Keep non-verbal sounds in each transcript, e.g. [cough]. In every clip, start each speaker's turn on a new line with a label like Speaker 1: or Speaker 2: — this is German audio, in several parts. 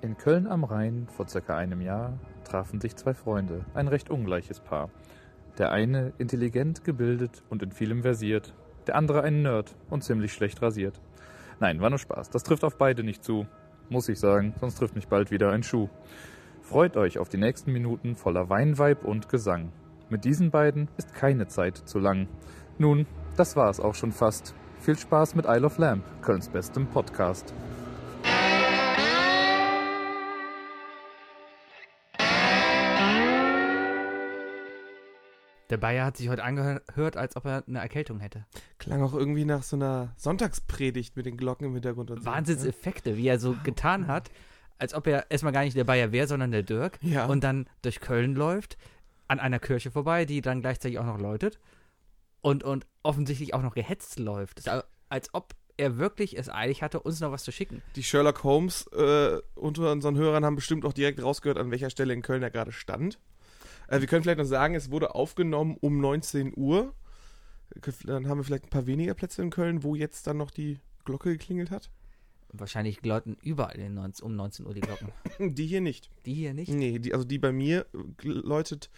Speaker 1: In Köln am Rhein vor circa einem Jahr trafen sich zwei Freunde, ein recht ungleiches Paar. Der eine intelligent, gebildet und in vielem versiert, der andere ein Nerd und ziemlich schlecht rasiert. Nein, war nur Spaß, das trifft auf beide nicht zu. Muss ich sagen, sonst trifft mich bald wieder ein Schuh. Freut euch auf die nächsten Minuten voller Weinweib und Gesang. Mit diesen beiden ist keine Zeit zu lang. Nun, das war es auch schon fast. Viel Spaß mit Isle of Lamp, Kölns bestem Podcast.
Speaker 2: Der Bayer hat sich heute angehört, als ob er eine Erkältung hätte.
Speaker 3: Klang auch irgendwie nach so einer Sonntagspredigt mit den Glocken im Hintergrund. Und so. ne?
Speaker 2: Wahnsinnseffekte, wie er so getan hat, als ob er erstmal gar nicht der Bayer wäre, sondern der Dirk.
Speaker 3: Ja.
Speaker 2: Und dann durch Köln läuft, an einer Kirche vorbei, die dann gleichzeitig auch noch läutet. Und, und offensichtlich auch noch gehetzt läuft. Es ist, also, als ob er wirklich es eilig hatte, uns noch was zu schicken.
Speaker 3: Die Sherlock Holmes äh, unter unseren Hörern haben bestimmt auch direkt rausgehört, an welcher Stelle in Köln er gerade stand. Äh, wir können vielleicht noch sagen, es wurde aufgenommen um 19 Uhr. Dann haben wir vielleicht ein paar weniger Plätze in Köln, wo jetzt dann noch die Glocke geklingelt hat. [clears throat]
Speaker 2: Wahrscheinlich läuten überall in 19, um 19 Uhr die Glocken.
Speaker 3: Die hier nicht.
Speaker 2: Die hier nicht.
Speaker 3: Nee, die, also die bei mir äh, läutet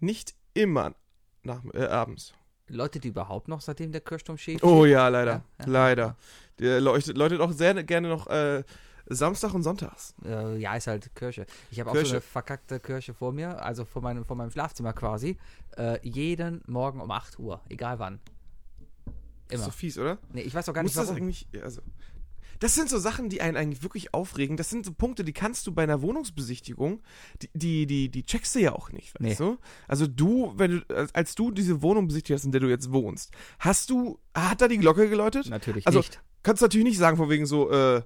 Speaker 3: nicht immer nach, äh, abends.
Speaker 2: Läutet die überhaupt noch, seitdem der Kirchturm steht?
Speaker 3: Oh ja, leider.
Speaker 2: Ja, ja.
Speaker 3: Leider. Der leuchtet, läutet auch sehr gerne noch äh, Samstag und Sonntags.
Speaker 2: Äh, ja, ist halt Kirche. Ich habe auch
Speaker 3: Kirche.
Speaker 2: so eine verkackte Kirche vor mir, also vor meinem, vor meinem Schlafzimmer quasi. Äh, jeden Morgen um 8 Uhr, egal wann.
Speaker 3: Ist
Speaker 2: Immer.
Speaker 3: so fies, oder?
Speaker 2: nee, ich weiß auch gar
Speaker 3: Muss
Speaker 2: nicht,
Speaker 3: das
Speaker 2: warum.
Speaker 3: eigentlich, ja, also, das sind so Sachen, die einen eigentlich wirklich aufregen. Das sind so Punkte, die kannst du bei einer Wohnungsbesichtigung, die, die, die, die checkst du ja auch nicht, weißt du? Also du, wenn du, als- als du diese Wohnung besichtigt hast, in der du jetzt wohnst, hast du, hat da die Glocke geläutet?
Speaker 2: Natürlich
Speaker 3: also,
Speaker 2: nicht.
Speaker 3: Kannst natürlich nicht sagen, von wegen so, äh,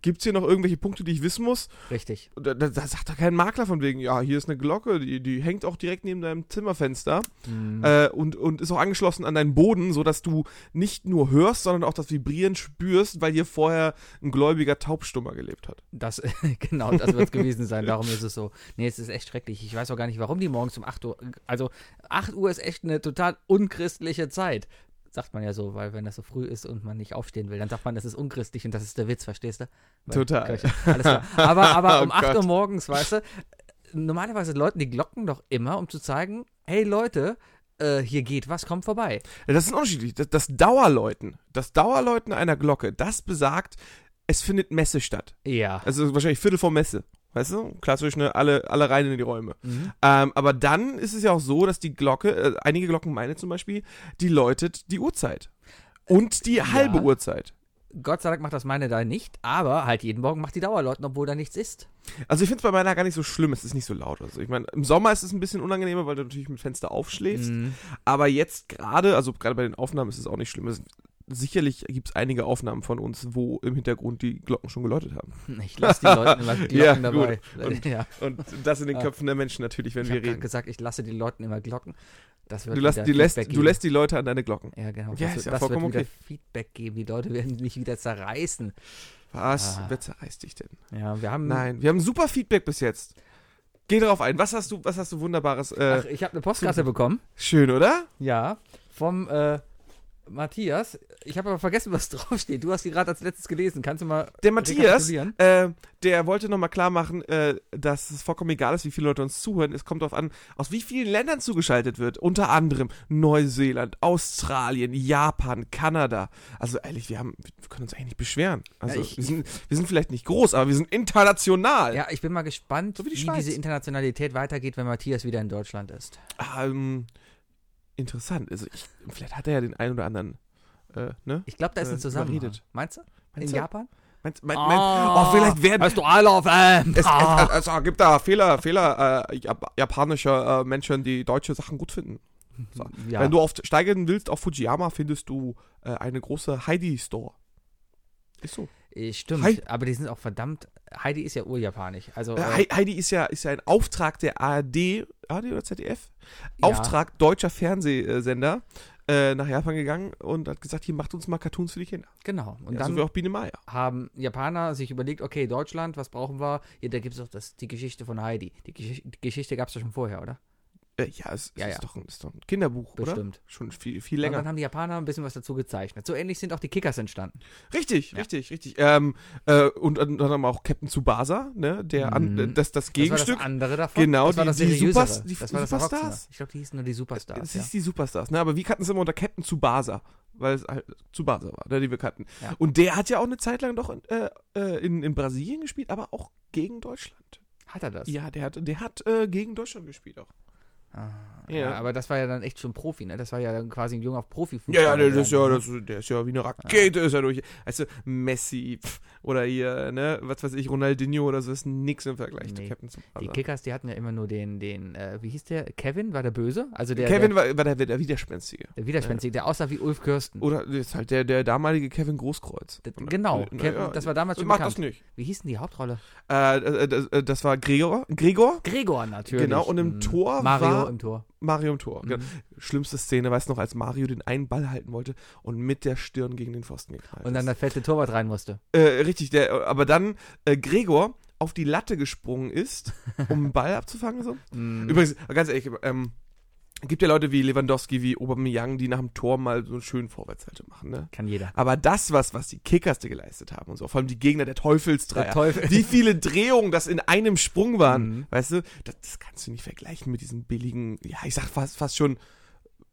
Speaker 3: gibt's hier noch irgendwelche Punkte, die ich wissen muss?
Speaker 2: Richtig.
Speaker 3: Da, da, da sagt doch kein Makler von wegen, ja, hier ist eine Glocke, die, die hängt auch direkt neben deinem Zimmerfenster
Speaker 2: Hm.
Speaker 3: äh, und, und ist auch angeschlossen an deinen Boden, sodass du nicht nur hörst, sondern auch das Vibrieren spürst, weil hier vorher ein gläubiger Taubstummer gelebt hat.
Speaker 2: Das, [laughs] genau, das wird es gewesen sein. Darum ist es so. Nee, es ist echt schrecklich. Ich weiß auch gar nicht, warum die morgens um 8 Uhr. Also, 8 Uhr ist echt eine total unchristliche Zeit. Sagt man ja so, weil wenn das so früh ist und man nicht aufstehen will, dann sagt man, das ist unchristlich und das ist der Witz, verstehst du? Weil
Speaker 3: Total.
Speaker 2: Kirche- Alles klar. Aber, aber
Speaker 3: [laughs] Oh
Speaker 2: um 8 Uhr
Speaker 3: Gott.
Speaker 2: morgens, weißt du, normalerweise läuten die Glocken doch immer, um zu zeigen, hey Leute, äh, hier geht was, kommt vorbei.
Speaker 3: Ja, Äh, Das ist unterschiedlich. Das, das Dauerläuten, das Dauerläuten einer Glocke, das besagt, es findet Messe statt.
Speaker 2: Ja.
Speaker 3: Also wahrscheinlich Viertel vor Messe. Weißt du? Klassisch, ne? Alle, alle rein in die Räume.
Speaker 2: Mhm.
Speaker 3: Ähm, aber dann ist es ja auch so, dass die Glocke, äh, einige Glocken meine zum Beispiel, die läutet die Uhrzeit. Und die halbe
Speaker 2: ja.
Speaker 3: Uhrzeit.
Speaker 2: Gott sei Dank macht das meine da nicht, aber halt jeden Morgen macht die Dauerläuten, obwohl da nichts ist.
Speaker 3: Also ich finde es bei meiner gar nicht so schlimm, es ist nicht so laut. Also ich meine, im Sommer ist es ein bisschen unangenehmer, weil du natürlich mit Fenster aufschläfst.
Speaker 2: Mhm.
Speaker 3: Aber jetzt gerade, also gerade bei den Aufnahmen ist es auch nicht schlimm. Es, sicherlich gibt es einige Aufnahmen von uns, wo im Hintergrund die Glocken schon geläutet haben.
Speaker 2: Ich lasse die Leute immer die
Speaker 3: [laughs] Ja,
Speaker 2: Glocken dabei.
Speaker 3: gut.
Speaker 2: ja.
Speaker 3: Und das in den
Speaker 2: Ah.
Speaker 3: Köpfen der Menschen natürlich, wenn
Speaker 2: Ich habe
Speaker 3: wir
Speaker 2: gerade
Speaker 3: reden.
Speaker 2: gesagt, ich lasse die Leuten immer Glocken. Das wird
Speaker 3: Du, lässt,
Speaker 2: wieder
Speaker 3: die lässt,
Speaker 2: Feedback
Speaker 3: du
Speaker 2: geben.
Speaker 3: lässt die Leute an deine Glocken.
Speaker 2: Ja, genau.
Speaker 3: Ja,
Speaker 2: das
Speaker 3: ist
Speaker 2: wird,
Speaker 3: ja
Speaker 2: das wird
Speaker 3: vollkommen
Speaker 2: wieder
Speaker 3: okay.
Speaker 2: Feedback geben. Die Leute werden mich wieder zerreißen.
Speaker 3: Was?
Speaker 2: Ah. Hm.
Speaker 3: Wer zerreißt dich denn?
Speaker 2: Ja, wir haben.
Speaker 3: Nein, wir haben super Feedback bis jetzt. Geh drauf ein. Was hast du, was hast du wunderbares? Äh,
Speaker 2: Ach, ich habe eine Postkarte bekommen.
Speaker 3: schön, oder?
Speaker 2: Ja. Vom äh, Matthias. Ich habe aber vergessen, was [laughs] draufsteht. Du hast die gerade als letztes gelesen. Kannst du mal.
Speaker 3: Der Matthias,
Speaker 2: rekapitulieren?
Speaker 3: äh, der wollte nochmal klar machen, äh, dass es vollkommen egal ist, wie viele Leute uns zuhören. Es kommt darauf an, aus wie vielen Ländern zugeschaltet wird. Unter anderem Neuseeland, Australien, Japan, Kanada. Also ehrlich, wir, haben, wir können uns eigentlich nicht beschweren. Also
Speaker 2: ich-
Speaker 3: wir, sind, wir sind vielleicht nicht groß, aber wir sind international.
Speaker 2: Ja, ich bin mal gespannt,
Speaker 3: Äh, So wie
Speaker 2: wie,
Speaker 3: die Schweiz.
Speaker 2: diese Internationalität weitergeht, wenn Matthias wieder in Deutschland ist.
Speaker 3: Ähm, interessant. Also ich, vielleicht hat er ja den einen oder anderen. Äh, ne?
Speaker 2: Ich glaube, da ist
Speaker 3: Äh,
Speaker 2: ein Zusammenhang.
Speaker 3: überredet.
Speaker 2: Meinst du? In Ah.
Speaker 3: Meinst du?
Speaker 2: Japan?
Speaker 3: Mein, mein, mein, oh, vielleicht werden,
Speaker 2: Hast du I love M.
Speaker 3: Es, [laughs] es, es, es gibt da Fehler, Fehler äh, Jap japanischer äh, Menschen, die deutsche Sachen gut finden. So.
Speaker 2: Ja.
Speaker 3: Wenn du auf, steigen willst auf Fujiyama, findest du äh, eine große Heidi-Store. Ist so.
Speaker 2: Äh, Stimmt,
Speaker 3: Hei-
Speaker 2: aber die sind auch verdammt. Heidi ist ja urjapanisch. Also,
Speaker 3: Äh,
Speaker 2: äh,
Speaker 3: Hei- Heidi ist ja, ist ja ein Auftrag der ARD, ARD oder ZDF?
Speaker 2: Ja.
Speaker 3: Auftrag deutscher Fernsehsender äh, nach Japan gegangen und hat gesagt, hier macht uns mal Cartoons für die Kinder.
Speaker 2: genau. Und
Speaker 3: Und ja,
Speaker 2: dann
Speaker 3: so wie auch Biene Maya.
Speaker 2: haben Japaner sich überlegt: Okay, Deutschland, was brauchen wir? Ja, da gibt es doch das, die Geschichte von Heidi. Die, Gesch die Geschichte gab es ja schon vorher, oder?
Speaker 3: Äh, ja, es, es
Speaker 2: Ja,
Speaker 3: ist,
Speaker 2: ja.
Speaker 3: Doch ein, ist doch ein Kinderbuch,
Speaker 2: Bestimmt.
Speaker 3: oder? Schon viel, viel
Speaker 2: Länger.
Speaker 3: länger.
Speaker 2: Dann haben die Japaner ein bisschen was dazu gezeichnet. So ähnlich sind auch die Kickers entstanden.
Speaker 3: Richtig, richtig, richtig. Ähm, äh, und dann haben wir auch Captain Tsubasa, ne? Der an, äh,
Speaker 2: Mhm.
Speaker 3: das, das
Speaker 2: Das war
Speaker 3: Gegenstück.
Speaker 2: das andere davon.
Speaker 3: Genau,
Speaker 2: das war
Speaker 3: die-
Speaker 2: das
Speaker 3: die
Speaker 2: seriösere.
Speaker 3: Supers- die
Speaker 2: das war das
Speaker 3: Superstars. Äh,
Speaker 2: Erwachsene. Ich glaube, die hießen nur die Superstars.
Speaker 3: Das
Speaker 2: Ja.
Speaker 3: hieß die Superstars, ne? Aber wir kannten es immer unter Captain Tsubasa, weil es halt Tsubasa war, ne, die wir kannten.
Speaker 2: Ja.
Speaker 3: Und der hat ja auch eine Zeit lang doch in, äh, äh, in, in Brasilien gespielt, aber auch gegen Deutschland.
Speaker 2: Hat er das?
Speaker 3: Ja, der hat, der hat äh, gegen Deutschland gespielt auch.
Speaker 2: Ah,
Speaker 3: Ja.
Speaker 2: ja. Aber das war ja dann echt schon Profi, ne? Das war ja dann quasi ein junger auf Profifußball.
Speaker 3: Ja, ja, der,
Speaker 2: gegangen,
Speaker 3: ist ja,
Speaker 2: ne?
Speaker 3: das, der ist ja wie eine Rakete, ist er durch. Also Messi pf, oder hier, ne, was weiß ich, Ronaldinho oder so ist nix im Vergleich zu
Speaker 2: Nee.
Speaker 3: Captain
Speaker 2: Die
Speaker 3: Tsubasa.
Speaker 2: Kickers, die hatten ja immer nur den, den, äh, wie hieß der? Kevin? War der böse? Also der,
Speaker 3: Kevin war, war der, der Widerspenstige.
Speaker 2: der, der Widerspenstige, der aussah wie Ulf Kirsten.
Speaker 3: Oder das ist halt der, der damalige Kevin Großkreuz.
Speaker 2: D- genau,
Speaker 3: Na
Speaker 2: Kevin,
Speaker 3: ja,
Speaker 2: das war damals schon
Speaker 3: Macht
Speaker 2: bekannt.
Speaker 3: das nicht.
Speaker 2: Wie hieß denn die Hauptrolle?
Speaker 3: Äh, äh, das, äh, das war Gregor. Gregor?
Speaker 2: Gregor natürlich.
Speaker 3: Genau, und im
Speaker 2: Mhm.
Speaker 3: Tor
Speaker 2: Mario
Speaker 3: war-
Speaker 2: im Tor.
Speaker 3: Mario im Tor. Genau.
Speaker 2: Mhm.
Speaker 3: Schlimmste Szene, weißt du noch, als Mario den einen Ball halten wollte und mit der Stirn gegen den Pfosten geknallt
Speaker 2: Und dann der fette Torwart rein musste.
Speaker 3: ist. Äh, richtig, der, aber dann äh, Gregor auf die Latte
Speaker 2: [laughs]
Speaker 3: gesprungen ist, um einen Ball abzufangen. So.
Speaker 2: Mhm.
Speaker 3: Übrigens, ganz ehrlich, ähm, gibt ja Leute wie Lewandowski, wie Aubameyang, die nach dem Tor mal so einen schönen Vorwärtshalte machen, ne?
Speaker 2: Kann jeder.
Speaker 3: Aber das, was, was die Kickers dir geleistet haben und so, vor allem die Gegner der Teufelsdreier,
Speaker 2: Der Teufel.
Speaker 3: wie viele Drehungen das in einem Sprung waren,
Speaker 2: Mhm.
Speaker 3: weißt du, das, das kannst du nicht vergleichen mit diesem billigen, ja, ich sag fast, fast schon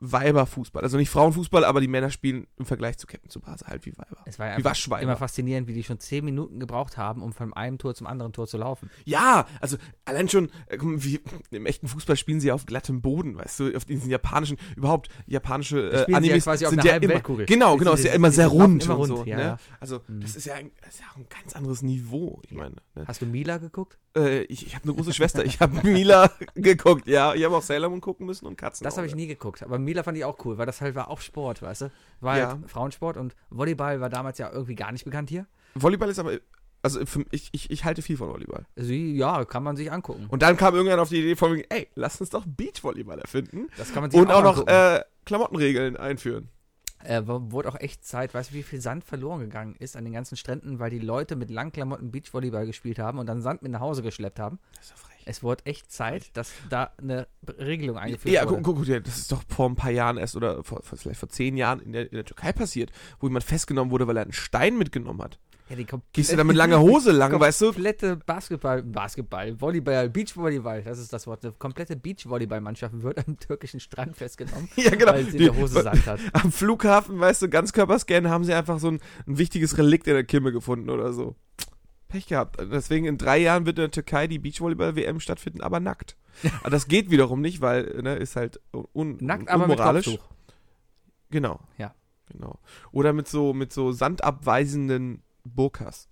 Speaker 3: Weiberfußball. Also nicht Frauenfußball, aber die Männer spielen im Vergleich zu Captain Tsubasa halt wie Weiber.
Speaker 2: Es war
Speaker 3: Wie
Speaker 2: einfach immer
Speaker 3: Waschweiber.
Speaker 2: faszinierend, wie die schon zehn Minuten gebraucht haben, um von einem Tor zum anderen Tor zu laufen.
Speaker 3: Ja, also allein schon, äh, guck mal, wie, im echten Fußball spielen sie ja auf glattem Boden, weißt du, auf diesen japanischen, überhaupt japanische äh,
Speaker 2: spielen sie ja
Speaker 3: Animes
Speaker 2: quasi auf
Speaker 3: sind
Speaker 2: einer
Speaker 3: ja
Speaker 2: halben
Speaker 3: immer,
Speaker 2: Weltkugel.
Speaker 3: Genau,
Speaker 2: Sie-
Speaker 3: genau,
Speaker 2: sie-
Speaker 3: ist ja immer
Speaker 2: sie
Speaker 3: sehr
Speaker 2: laufen
Speaker 3: rund
Speaker 2: immer
Speaker 3: und so.
Speaker 2: rund, ja,
Speaker 3: ne?
Speaker 2: ja.
Speaker 3: Also
Speaker 2: Mhm.
Speaker 3: das ist ja, ein, das ist ja auch ein ganz anderes Niveau, ich meine. Ne?
Speaker 2: Hast du Mila geguckt?
Speaker 3: Äh, ich ich habe eine große Schwester. Ich habe Mila [laughs] geguckt. Ja, ich habe auch Sailor Moon gucken müssen und Katzen.
Speaker 2: Das habe ich nie geguckt, aber Mila fand ich auch cool, weil das halt war auch Sport, weißt du? War
Speaker 3: Ja.
Speaker 2: halt Frauensport und Volleyball war damals ja irgendwie gar nicht bekannt hier.
Speaker 3: Volleyball ist aber. Also für, ich, ich, ich halte viel von Volleyball.
Speaker 2: Also, ja, kann man sich angucken.
Speaker 3: Und dann kam irgendwann auf die Idee von, wegen, ey, lass uns doch Beachvolleyball erfinden.
Speaker 2: das kann man sich
Speaker 3: Und auch noch
Speaker 2: angucken.
Speaker 3: äh, Klamottenregeln einführen.
Speaker 2: äh, wo- wurde auch echt Zeit, weißt du, wie viel Sand verloren gegangen ist an den ganzen Stränden, weil die Leute mit Langklamotten Beachvolleyball gespielt haben und dann Sand mit nach Hause geschleppt haben.
Speaker 3: Das ist doch frech.
Speaker 2: Es wurde echt Zeit, dass da eine Regelung eingeführt
Speaker 3: Ja,
Speaker 2: wurde.
Speaker 3: guck, guck, guck, dir, das ist doch vor ein paar Jahren erst oder vor, vor, vielleicht vor zehn Jahren in der, in der Türkei passiert, wo jemand festgenommen wurde, weil er einen Stein mitgenommen hat.
Speaker 2: Ja, die komplette-
Speaker 3: Gehst du da mit langer Hose
Speaker 2: [laughs]
Speaker 3: lang, weißt du?
Speaker 2: komplette Basketball, Basketball, Volleyball, Beachvolleyball, das ist das Wort. Eine komplette Beachvolleyballmannschaft wird am türkischen Strand festgenommen,
Speaker 3: [laughs] Ja, genau.
Speaker 2: weil sie in
Speaker 3: Die-
Speaker 2: der Hose Sand hat.
Speaker 3: Am Flughafen, weißt du, Ganzkörperscan haben sie einfach so ein, ein wichtiges Relikt in der Kimme gefunden oder so. Pech gehabt. Deswegen in drei Jahren wird in der Türkei die Beachvolleyball-WM stattfinden, aber nackt. Aber das geht wiederum nicht, weil ne, ist halt un un-
Speaker 2: Nackt, aber mit
Speaker 3: unmoralisch.
Speaker 2: Kopftuch.
Speaker 3: Genau.
Speaker 2: Ja.
Speaker 3: Genau. Oder mit so mit so sandabweisenden Burkas.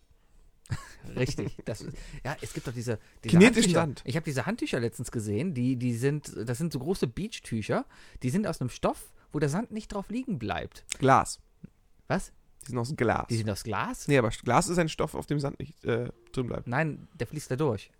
Speaker 2: Richtig. Das ist, ja, es gibt doch diese, diese
Speaker 3: Kinetischen
Speaker 2: Handtücher.
Speaker 3: Sand.
Speaker 2: Ich habe diese Handtücher letztens gesehen, die, die sind, das sind so große Beachtücher, die sind aus einem Stoff, wo der Sand nicht drauf liegen bleibt.
Speaker 3: Glas.
Speaker 2: Was?
Speaker 3: Die sind aus Glas.
Speaker 2: Die sind aus Glas?
Speaker 3: Nee, aber Glas ist ein Stoff, auf dem Sand nicht äh, drin bleibt.
Speaker 2: Nein, der fließt da durch.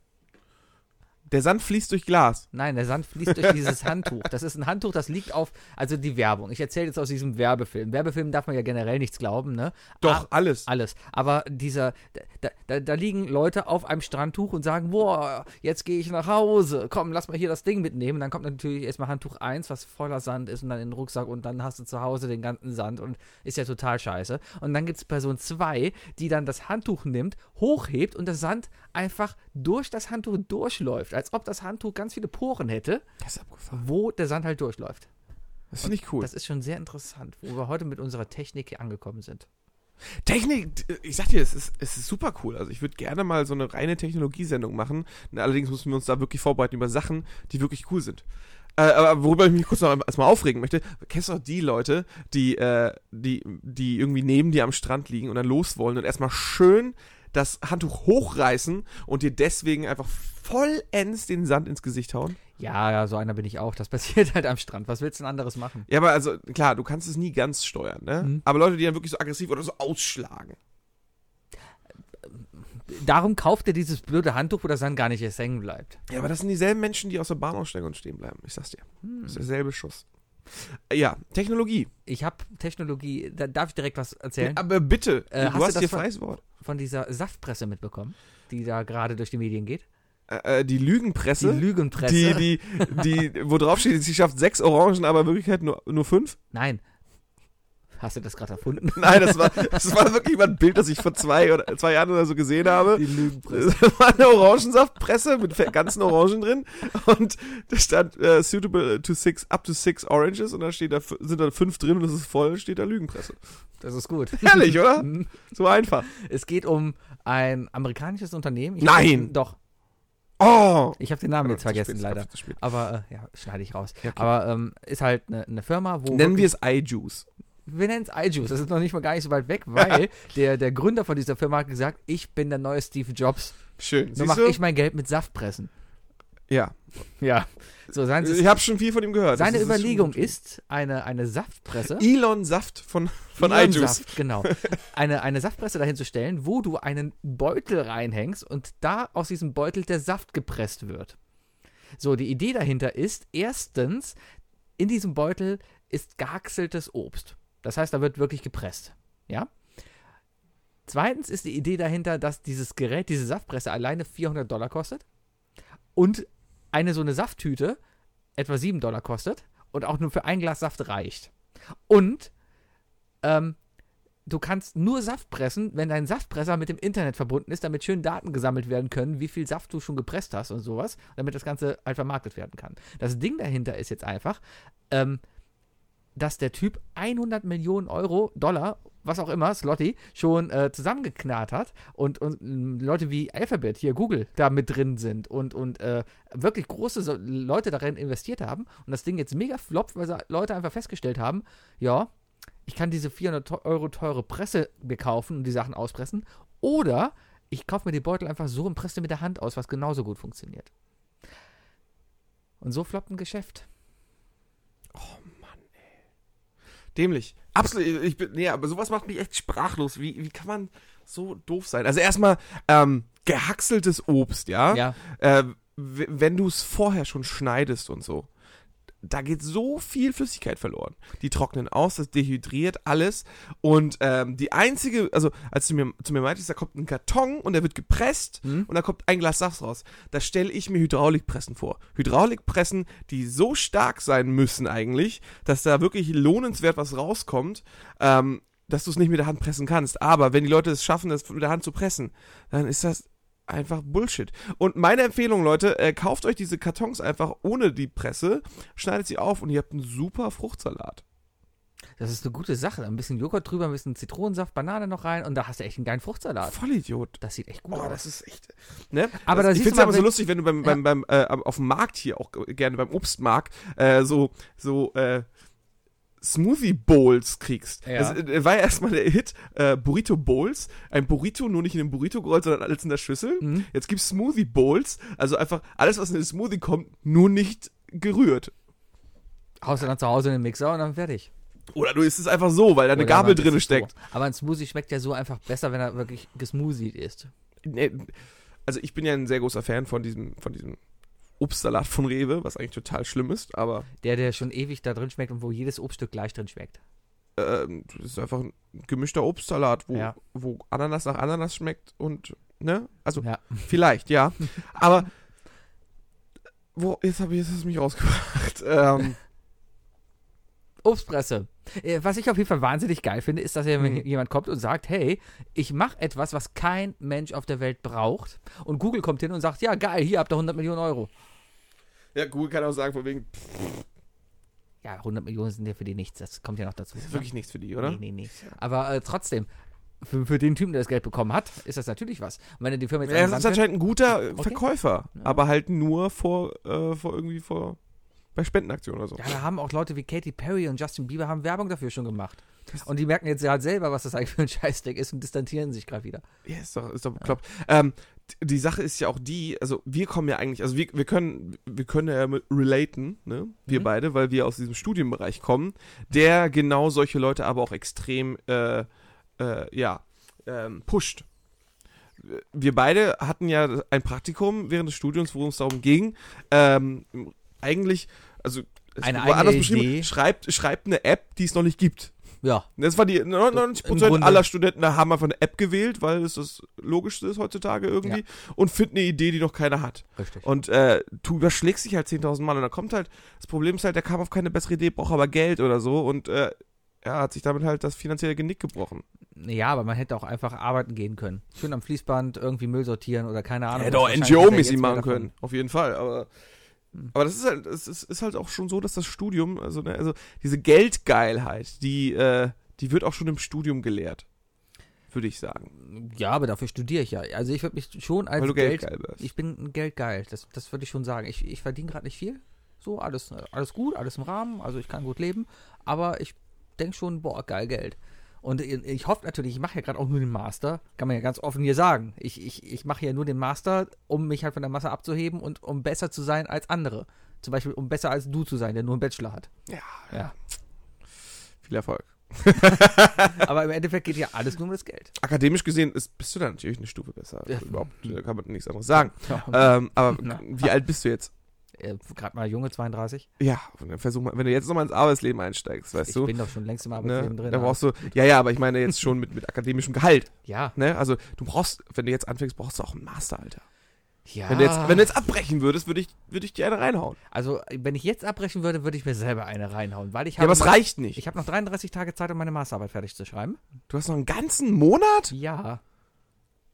Speaker 3: Der Sand fließt durch Glas.
Speaker 2: Nein, der Sand fließt durch
Speaker 3: [laughs]
Speaker 2: dieses Handtuch. Das ist ein Handtuch, das liegt auf, also die Werbung. Ich erzähle jetzt aus diesem Werbefilm. Werbefilm darf man ja generell nichts glauben, ne?
Speaker 3: Doch, alles.
Speaker 2: Alles. Aber dieser, da, da, da liegen Leute auf einem Strandtuch und sagen, boah, jetzt gehe ich nach Hause. Komm, lass mal hier das Ding mitnehmen. Dann kommt natürlich erstmal Handtuch 1, was voller Sand ist und dann in den Rucksack und dann hast du zu Hause den ganzen Sand und ist ja total scheiße. Und dann gibt es Person 2, die dann das Handtuch nimmt, hochhebt und der Sand einfach durch das Handtuch durchläuft. Als ob das Handtuch ganz viele Poren hätte,
Speaker 3: Das ist abgefahren.
Speaker 2: wo der Sand halt durchläuft.
Speaker 3: Das finde ich cool.
Speaker 2: Das ist schon sehr interessant, wo wir heute mit unserer Technik hier angekommen sind.
Speaker 3: Technik, ich sag dir, es ist, es ist super cool. Also ich würde gerne mal so eine reine Technologiesendung machen. Na, Allerdings müssen wir uns da wirklich vorbereiten über Sachen, die wirklich cool sind. Äh, aber worüber ich mich kurz noch erstmal aufregen möchte, kennst du auch die Leute, die, äh, die, die irgendwie neben dir am Strand liegen und dann los wollen und erstmal schön das Handtuch hochreißen und dir deswegen einfach vollends den Sand ins Gesicht hauen?
Speaker 2: Ja, ja, so einer bin ich auch. Das [laughs] passiert halt am Strand. Was willst du denn anderes machen?
Speaker 3: Ja, aber also klar, du kannst es nie ganz steuern, ne?
Speaker 2: Mhm.
Speaker 3: Aber Leute, die dann wirklich so aggressiv oder so ausschlagen.
Speaker 2: Darum kauft er dieses blöde Handtuch, wo das dann gar nicht erst hängen bleibt.
Speaker 3: Ja, aber das sind dieselben Menschen, die aus der Bahn aussteigen und stehen bleiben. Ich sag's dir.
Speaker 2: Hm.
Speaker 3: Das ist derselbe Schuss. Äh, Ja, Technologie.
Speaker 2: Ich habe Technologie, da darf ich direkt was erzählen?
Speaker 3: Aber bitte,
Speaker 2: Äh,
Speaker 3: du
Speaker 2: hast du
Speaker 3: hast
Speaker 2: das
Speaker 3: hier
Speaker 2: von-
Speaker 3: freies Wort.
Speaker 2: Von dieser Saftpresse mitbekommen, die da gerade durch die Medien geht.
Speaker 3: äh, die
Speaker 2: Die
Speaker 3: Lügenpresse,
Speaker 2: Lügenpresse.
Speaker 3: die, die, die, wo drauf steht, sie schafft sechs Orangen, aber in Wirklichkeit nur, nur fünf?
Speaker 2: Nein. Hast du das gerade erfunden? [laughs]
Speaker 3: Nein, das war, das war wirklich mal ein Bild, das ich vor zwei oder zwei Jahren oder so gesehen habe.
Speaker 2: Lügenpresse.
Speaker 3: [laughs] Das war eine Orangensaftpresse mit fe- ganzen Orangen drin und da stand äh, suitable to six, up to six oranges und da steht da f- sind da fünf drin und es ist voll, steht da Lügenpresse.
Speaker 2: Das ist gut.
Speaker 3: Herrlich, oder? So einfach.
Speaker 2: [laughs] Es geht um ein amerikanisches Unternehmen. Ich
Speaker 3: Nein!
Speaker 2: doch,
Speaker 3: Oh!
Speaker 2: ich habe den Namen jetzt vergessen,
Speaker 3: Zu spät,
Speaker 2: leider.
Speaker 3: zu spät.
Speaker 2: Aber äh, ja, schneide ich raus. Aber ähm, ist halt eine eine Firma, wo.
Speaker 3: Nennen
Speaker 2: wirklich-
Speaker 3: wir es iJuice.
Speaker 2: wir nennen es iJuice. Das ist noch nicht mal gar nicht so weit weg, weil der, der Gründer von dieser Firma hat gesagt, ich bin der neue Steve Jobs.
Speaker 3: Schön.
Speaker 2: So
Speaker 3: Siehst
Speaker 2: mache
Speaker 3: du?
Speaker 2: ich mein Geld mit Saftpressen.
Speaker 3: ja.
Speaker 2: Ja. So, sein,
Speaker 3: Ich habe schon viel von ihm gehört.
Speaker 2: seine
Speaker 3: Das ist- das ist
Speaker 2: Überlegung
Speaker 3: schon gut.
Speaker 2: ist, eine, eine Saftpresse.
Speaker 3: Elon Saft von, [laughs] von
Speaker 2: Ion
Speaker 3: iJuice.
Speaker 2: Saft, genau. Eine, eine Saftpresse dahin zu stellen, wo du einen Beutel reinhängst und da aus diesem Beutel der Saft gepresst wird. So, die Idee dahinter ist, erstens, in diesem Beutel ist gehackseltes Obst. Das heißt, da wird wirklich gepresst. Ja? Zweitens ist die Idee dahinter, dass dieses Gerät, diese Saftpresse alleine 400 Dollar kostet und eine so eine Safttüte etwa 7 Dollar kostet und auch nur für ein Glas Saft reicht. Und ähm, du kannst nur Saft pressen, wenn dein Saftpresser mit dem Internet verbunden ist, damit schön Daten gesammelt werden können, wie viel Saft du schon gepresst hast und sowas, damit das Ganze halt vermarktet werden kann. Das Ding dahinter ist jetzt einfach, ähm, dass der Typ 100 Millionen Euro, Dollar, was auch immer, Slotty, schon äh, zusammengeknarrt hat und, und ähm, Leute wie Alphabet, hier Google, da mit drin sind und, und äh, wirklich große so Leute darin investiert haben und das Ding jetzt mega floppt, weil sie Leute einfach festgestellt haben, ja, ich kann diese 400 teu- Euro teure Presse mir kaufen und die Sachen auspressen. Oder ich kaufe mir die Beutel einfach so und presse mit der Hand aus, was genauso gut funktioniert. Und so floppt ein Geschäft.
Speaker 3: Dämlich. Absolut. Ich bin, nee, aber sowas macht mich echt sprachlos. Wie, wie kann man so doof sein? Also erstmal, ähm, gehackseltes Obst, ja?
Speaker 2: Ja,
Speaker 3: Äh, w- wenn du es vorher schon schneidest und so. Da geht so viel Flüssigkeit verloren. Die trocknen aus, das dehydriert alles. Und ähm, die einzige, also als du mir zu mir meintest, da kommt ein Karton und der wird gepresst
Speaker 2: Mhm.
Speaker 3: und da kommt ein Glas Saft raus. Da stelle ich mir Hydraulikpressen vor. Hydraulikpressen, die so stark sein müssen eigentlich, dass da wirklich lohnenswert was rauskommt, ähm, dass du es nicht mit der Hand pressen kannst. Aber wenn die Leute es schaffen, das mit der Hand zu pressen, dann ist das einfach Bullshit. Und meine Empfehlung, Leute, äh, kauft euch diese Kartons einfach ohne die Presse, schneidet sie auf und ihr habt einen super Fruchtsalat.
Speaker 2: das ist eine gute Sache. Ein bisschen Joghurt drüber, ein bisschen Zitronensaft, Banane noch rein und da hast du echt einen geilen Fruchtsalat.
Speaker 3: Vollidiot.
Speaker 2: Das sieht echt gut
Speaker 3: Boah,
Speaker 2: aus.
Speaker 3: Ah, das ist echt. Ne?
Speaker 2: Aber da
Speaker 3: das, ich
Speaker 2: siehst du
Speaker 3: finde es
Speaker 2: mal,
Speaker 3: immer so
Speaker 2: wenn-
Speaker 3: lustig, wenn du beim, beim, beim äh, am- auf dem Markt hier auch g- gerne beim Obstmarkt äh, so so äh, Smoothie Bowls kriegst.
Speaker 2: Ja.
Speaker 3: Das äh, war ja erstmal der Hit äh, Burrito Bowls. Ein Burrito nur nicht in einem Burrito gerollt, sondern alles in der Schüssel.
Speaker 2: Mhm.
Speaker 3: Jetzt gibt's Smoothie Bowls, also einfach alles, was in den Smoothie kommt, nur nicht gerührt.
Speaker 2: Haust du dann zu Hause in den Mixer und dann fertig.
Speaker 3: Oder du isst es einfach so, weil da eine
Speaker 2: Oder
Speaker 3: Gabel
Speaker 2: man isst
Speaker 3: drin
Speaker 2: es
Speaker 3: steckt.
Speaker 2: So. Aber ein Smoothie schmeckt ja so einfach besser, wenn er wirklich gesmoothied ist.
Speaker 3: Nee, Also ich bin ja ein sehr großer Fan von diesem von diesem Obstsalat von Rewe, was eigentlich total schlimm ist, aber
Speaker 2: Der, der schon ewig da drin schmeckt und wo jedes Obststück gleich drin schmeckt.
Speaker 3: ähm, das ist einfach ein gemischter Obstsalat, wo,
Speaker 2: Ja.
Speaker 3: wo Ananas nach Ananas schmeckt und, ne? Also,
Speaker 2: Ja. [laughs]
Speaker 3: vielleicht, ja. Aber, wo, jetzt habe ich, jetzt hast du mich rausgebracht. [laughs] Ähm,
Speaker 2: Obstpresse. Äh, Was ich auf jeden Fall wahnsinnig geil finde, ist, dass hier
Speaker 3: Mhm.
Speaker 2: jemand kommt und sagt, hey, ich mache etwas, was kein Mensch auf der Welt braucht. Und Google kommt hin und sagt, ja geil, hier habt ihr 100 Millionen Euro.
Speaker 3: ja, Google kann auch sagen, von wegen, pff,
Speaker 2: Ja, 100 Millionen sind ja für die nichts. Das kommt ja noch dazu.
Speaker 3: ist wirklich nichts für die, oder?
Speaker 2: Nee, nee, nee. Aber äh, trotzdem, für, für den Typen, der das Geld bekommen hat, ist das natürlich was. Und wenn er die Firma jetzt
Speaker 3: Ja,
Speaker 2: an
Speaker 3: das
Speaker 2: den
Speaker 3: ist
Speaker 2: Rand
Speaker 3: anscheinend ein guter äh,
Speaker 2: Okay.
Speaker 3: Verkäufer,
Speaker 2: Ja.
Speaker 3: aber halt nur vor, äh, vor irgendwie vor, bei Spendenaktionen oder so.
Speaker 2: Ja, da haben auch Leute wie Katy Perry und Justin Bieber haben Werbung dafür schon gemacht. Und die merken jetzt ja halt selber, was das eigentlich für ein [laughs] Scheißdeck ist und distanzieren sich gerade wieder.
Speaker 3: Ja, ist doch, ist doch bekloppt. Ähm, d- die Sache ist ja auch die, also wir kommen ja eigentlich, also wir, wir können, wir können ja mit relaten, ne? Wir
Speaker 2: Mhm.
Speaker 3: beide, weil wir aus diesem Studienbereich kommen, der genau solche Leute aber auch extrem, äh, äh, ja, ähm, pusht. Wir beide hatten ja ein Praktikum während des Studiums, worum es darum ging. Ähm, eigentlich, also es
Speaker 2: Eine
Speaker 3: wurde
Speaker 2: eigene Idee.
Speaker 3: schreibt, schreibt eine App, die es noch nicht gibt.
Speaker 2: Ja.
Speaker 3: Das war die 99%
Speaker 2: Grunde-
Speaker 3: aller Studenten haben einfach eine App gewählt, weil es das Logischste ist heutzutage irgendwie und finden eine Idee, die noch keiner hat.
Speaker 2: Richtig.
Speaker 3: Und äh, du überschlägst dich halt 10.000 Mal und da kommt halt, das Problem ist halt, der kam auf keine bessere Idee, braucht aber Geld oder so und äh, ja, hat sich damit halt das finanzielle Genick gebrochen.
Speaker 2: ja, aber man hätte auch einfach arbeiten gehen können. Schön am Fließband irgendwie Müll sortieren oder keine Ahnung.
Speaker 3: Hätte
Speaker 2: was.
Speaker 3: auch
Speaker 2: Wahrscheinlich hätte er
Speaker 3: NGO-mäßig
Speaker 2: jetzt Hm. mehr
Speaker 3: machen
Speaker 2: davon.
Speaker 3: können, auf jeden Fall, aber. Aber das ist halt, es ist, ist halt auch schon so, dass das Studium, also, ne, also diese Geldgeilheit, die, äh, die wird auch schon im Studium gelehrt. Würde ich sagen.
Speaker 2: Ja, aber dafür studiere ich ja. Also ich würde mich schon als
Speaker 3: Weil du
Speaker 2: Geld,
Speaker 3: geldgeil bist.
Speaker 2: ich bin geldgeil. Das, das würde ich schon sagen. Ich, ich verdiene gerade nicht viel. So, alles, äh, alles gut, alles im Rahmen. Also ich kann gut leben. Aber ich denke schon, boah, geil Geld. Und ich- ich hoffe natürlich, ich mache ja gerade auch nur den Master. Kann man ja ganz offen hier sagen. Ich, ich, ich mache ja nur den Master, um mich halt von der Masse abzuheben und um besser zu sein als andere. Zum Beispiel, um besser als du zu sein, der nur einen Bachelor hat.
Speaker 3: Ja,
Speaker 2: Ja.
Speaker 3: viel Erfolg.
Speaker 2: Aber im Endeffekt geht ja alles nur um das Geld.
Speaker 3: Akademisch gesehen ist, bist du da natürlich eine Stufe besser.
Speaker 2: Ja.
Speaker 3: Überhaupt, da kann man nichts anderes sagen.
Speaker 2: Ja.
Speaker 3: Ähm, aber
Speaker 2: Na.
Speaker 3: wie alt bist du jetzt?
Speaker 2: gerade äh, mal Junge 32.
Speaker 3: Ja, dann versuch mal, wenn du jetzt nochmal ins Arbeitsleben einsteigst, weißt
Speaker 2: ich
Speaker 3: du,
Speaker 2: bin doch schon längst im
Speaker 3: ne,
Speaker 2: Arbeitsleben drin.
Speaker 3: da brauchst du, ja, ja, aber ich meine jetzt schon mit, mit akademischem Gehalt,
Speaker 2: ja.
Speaker 3: ne, also du brauchst, wenn du jetzt anfängst, brauchst du auch einen Master, Alter.
Speaker 2: Ja.
Speaker 3: Wenn, du jetzt, wenn du jetzt abbrechen würdest, würde ich, würde ich dir eine reinhauen.
Speaker 2: also, wenn ich jetzt abbrechen würde, würde ich mir selber eine reinhauen, weil ich
Speaker 3: Ja, aber
Speaker 2: habe
Speaker 3: es reicht nicht.
Speaker 2: ich habe noch 33 Tage Zeit, um meine Masterarbeit fertig zu schreiben.
Speaker 3: Du hast noch einen ganzen Monat
Speaker 2: Ja.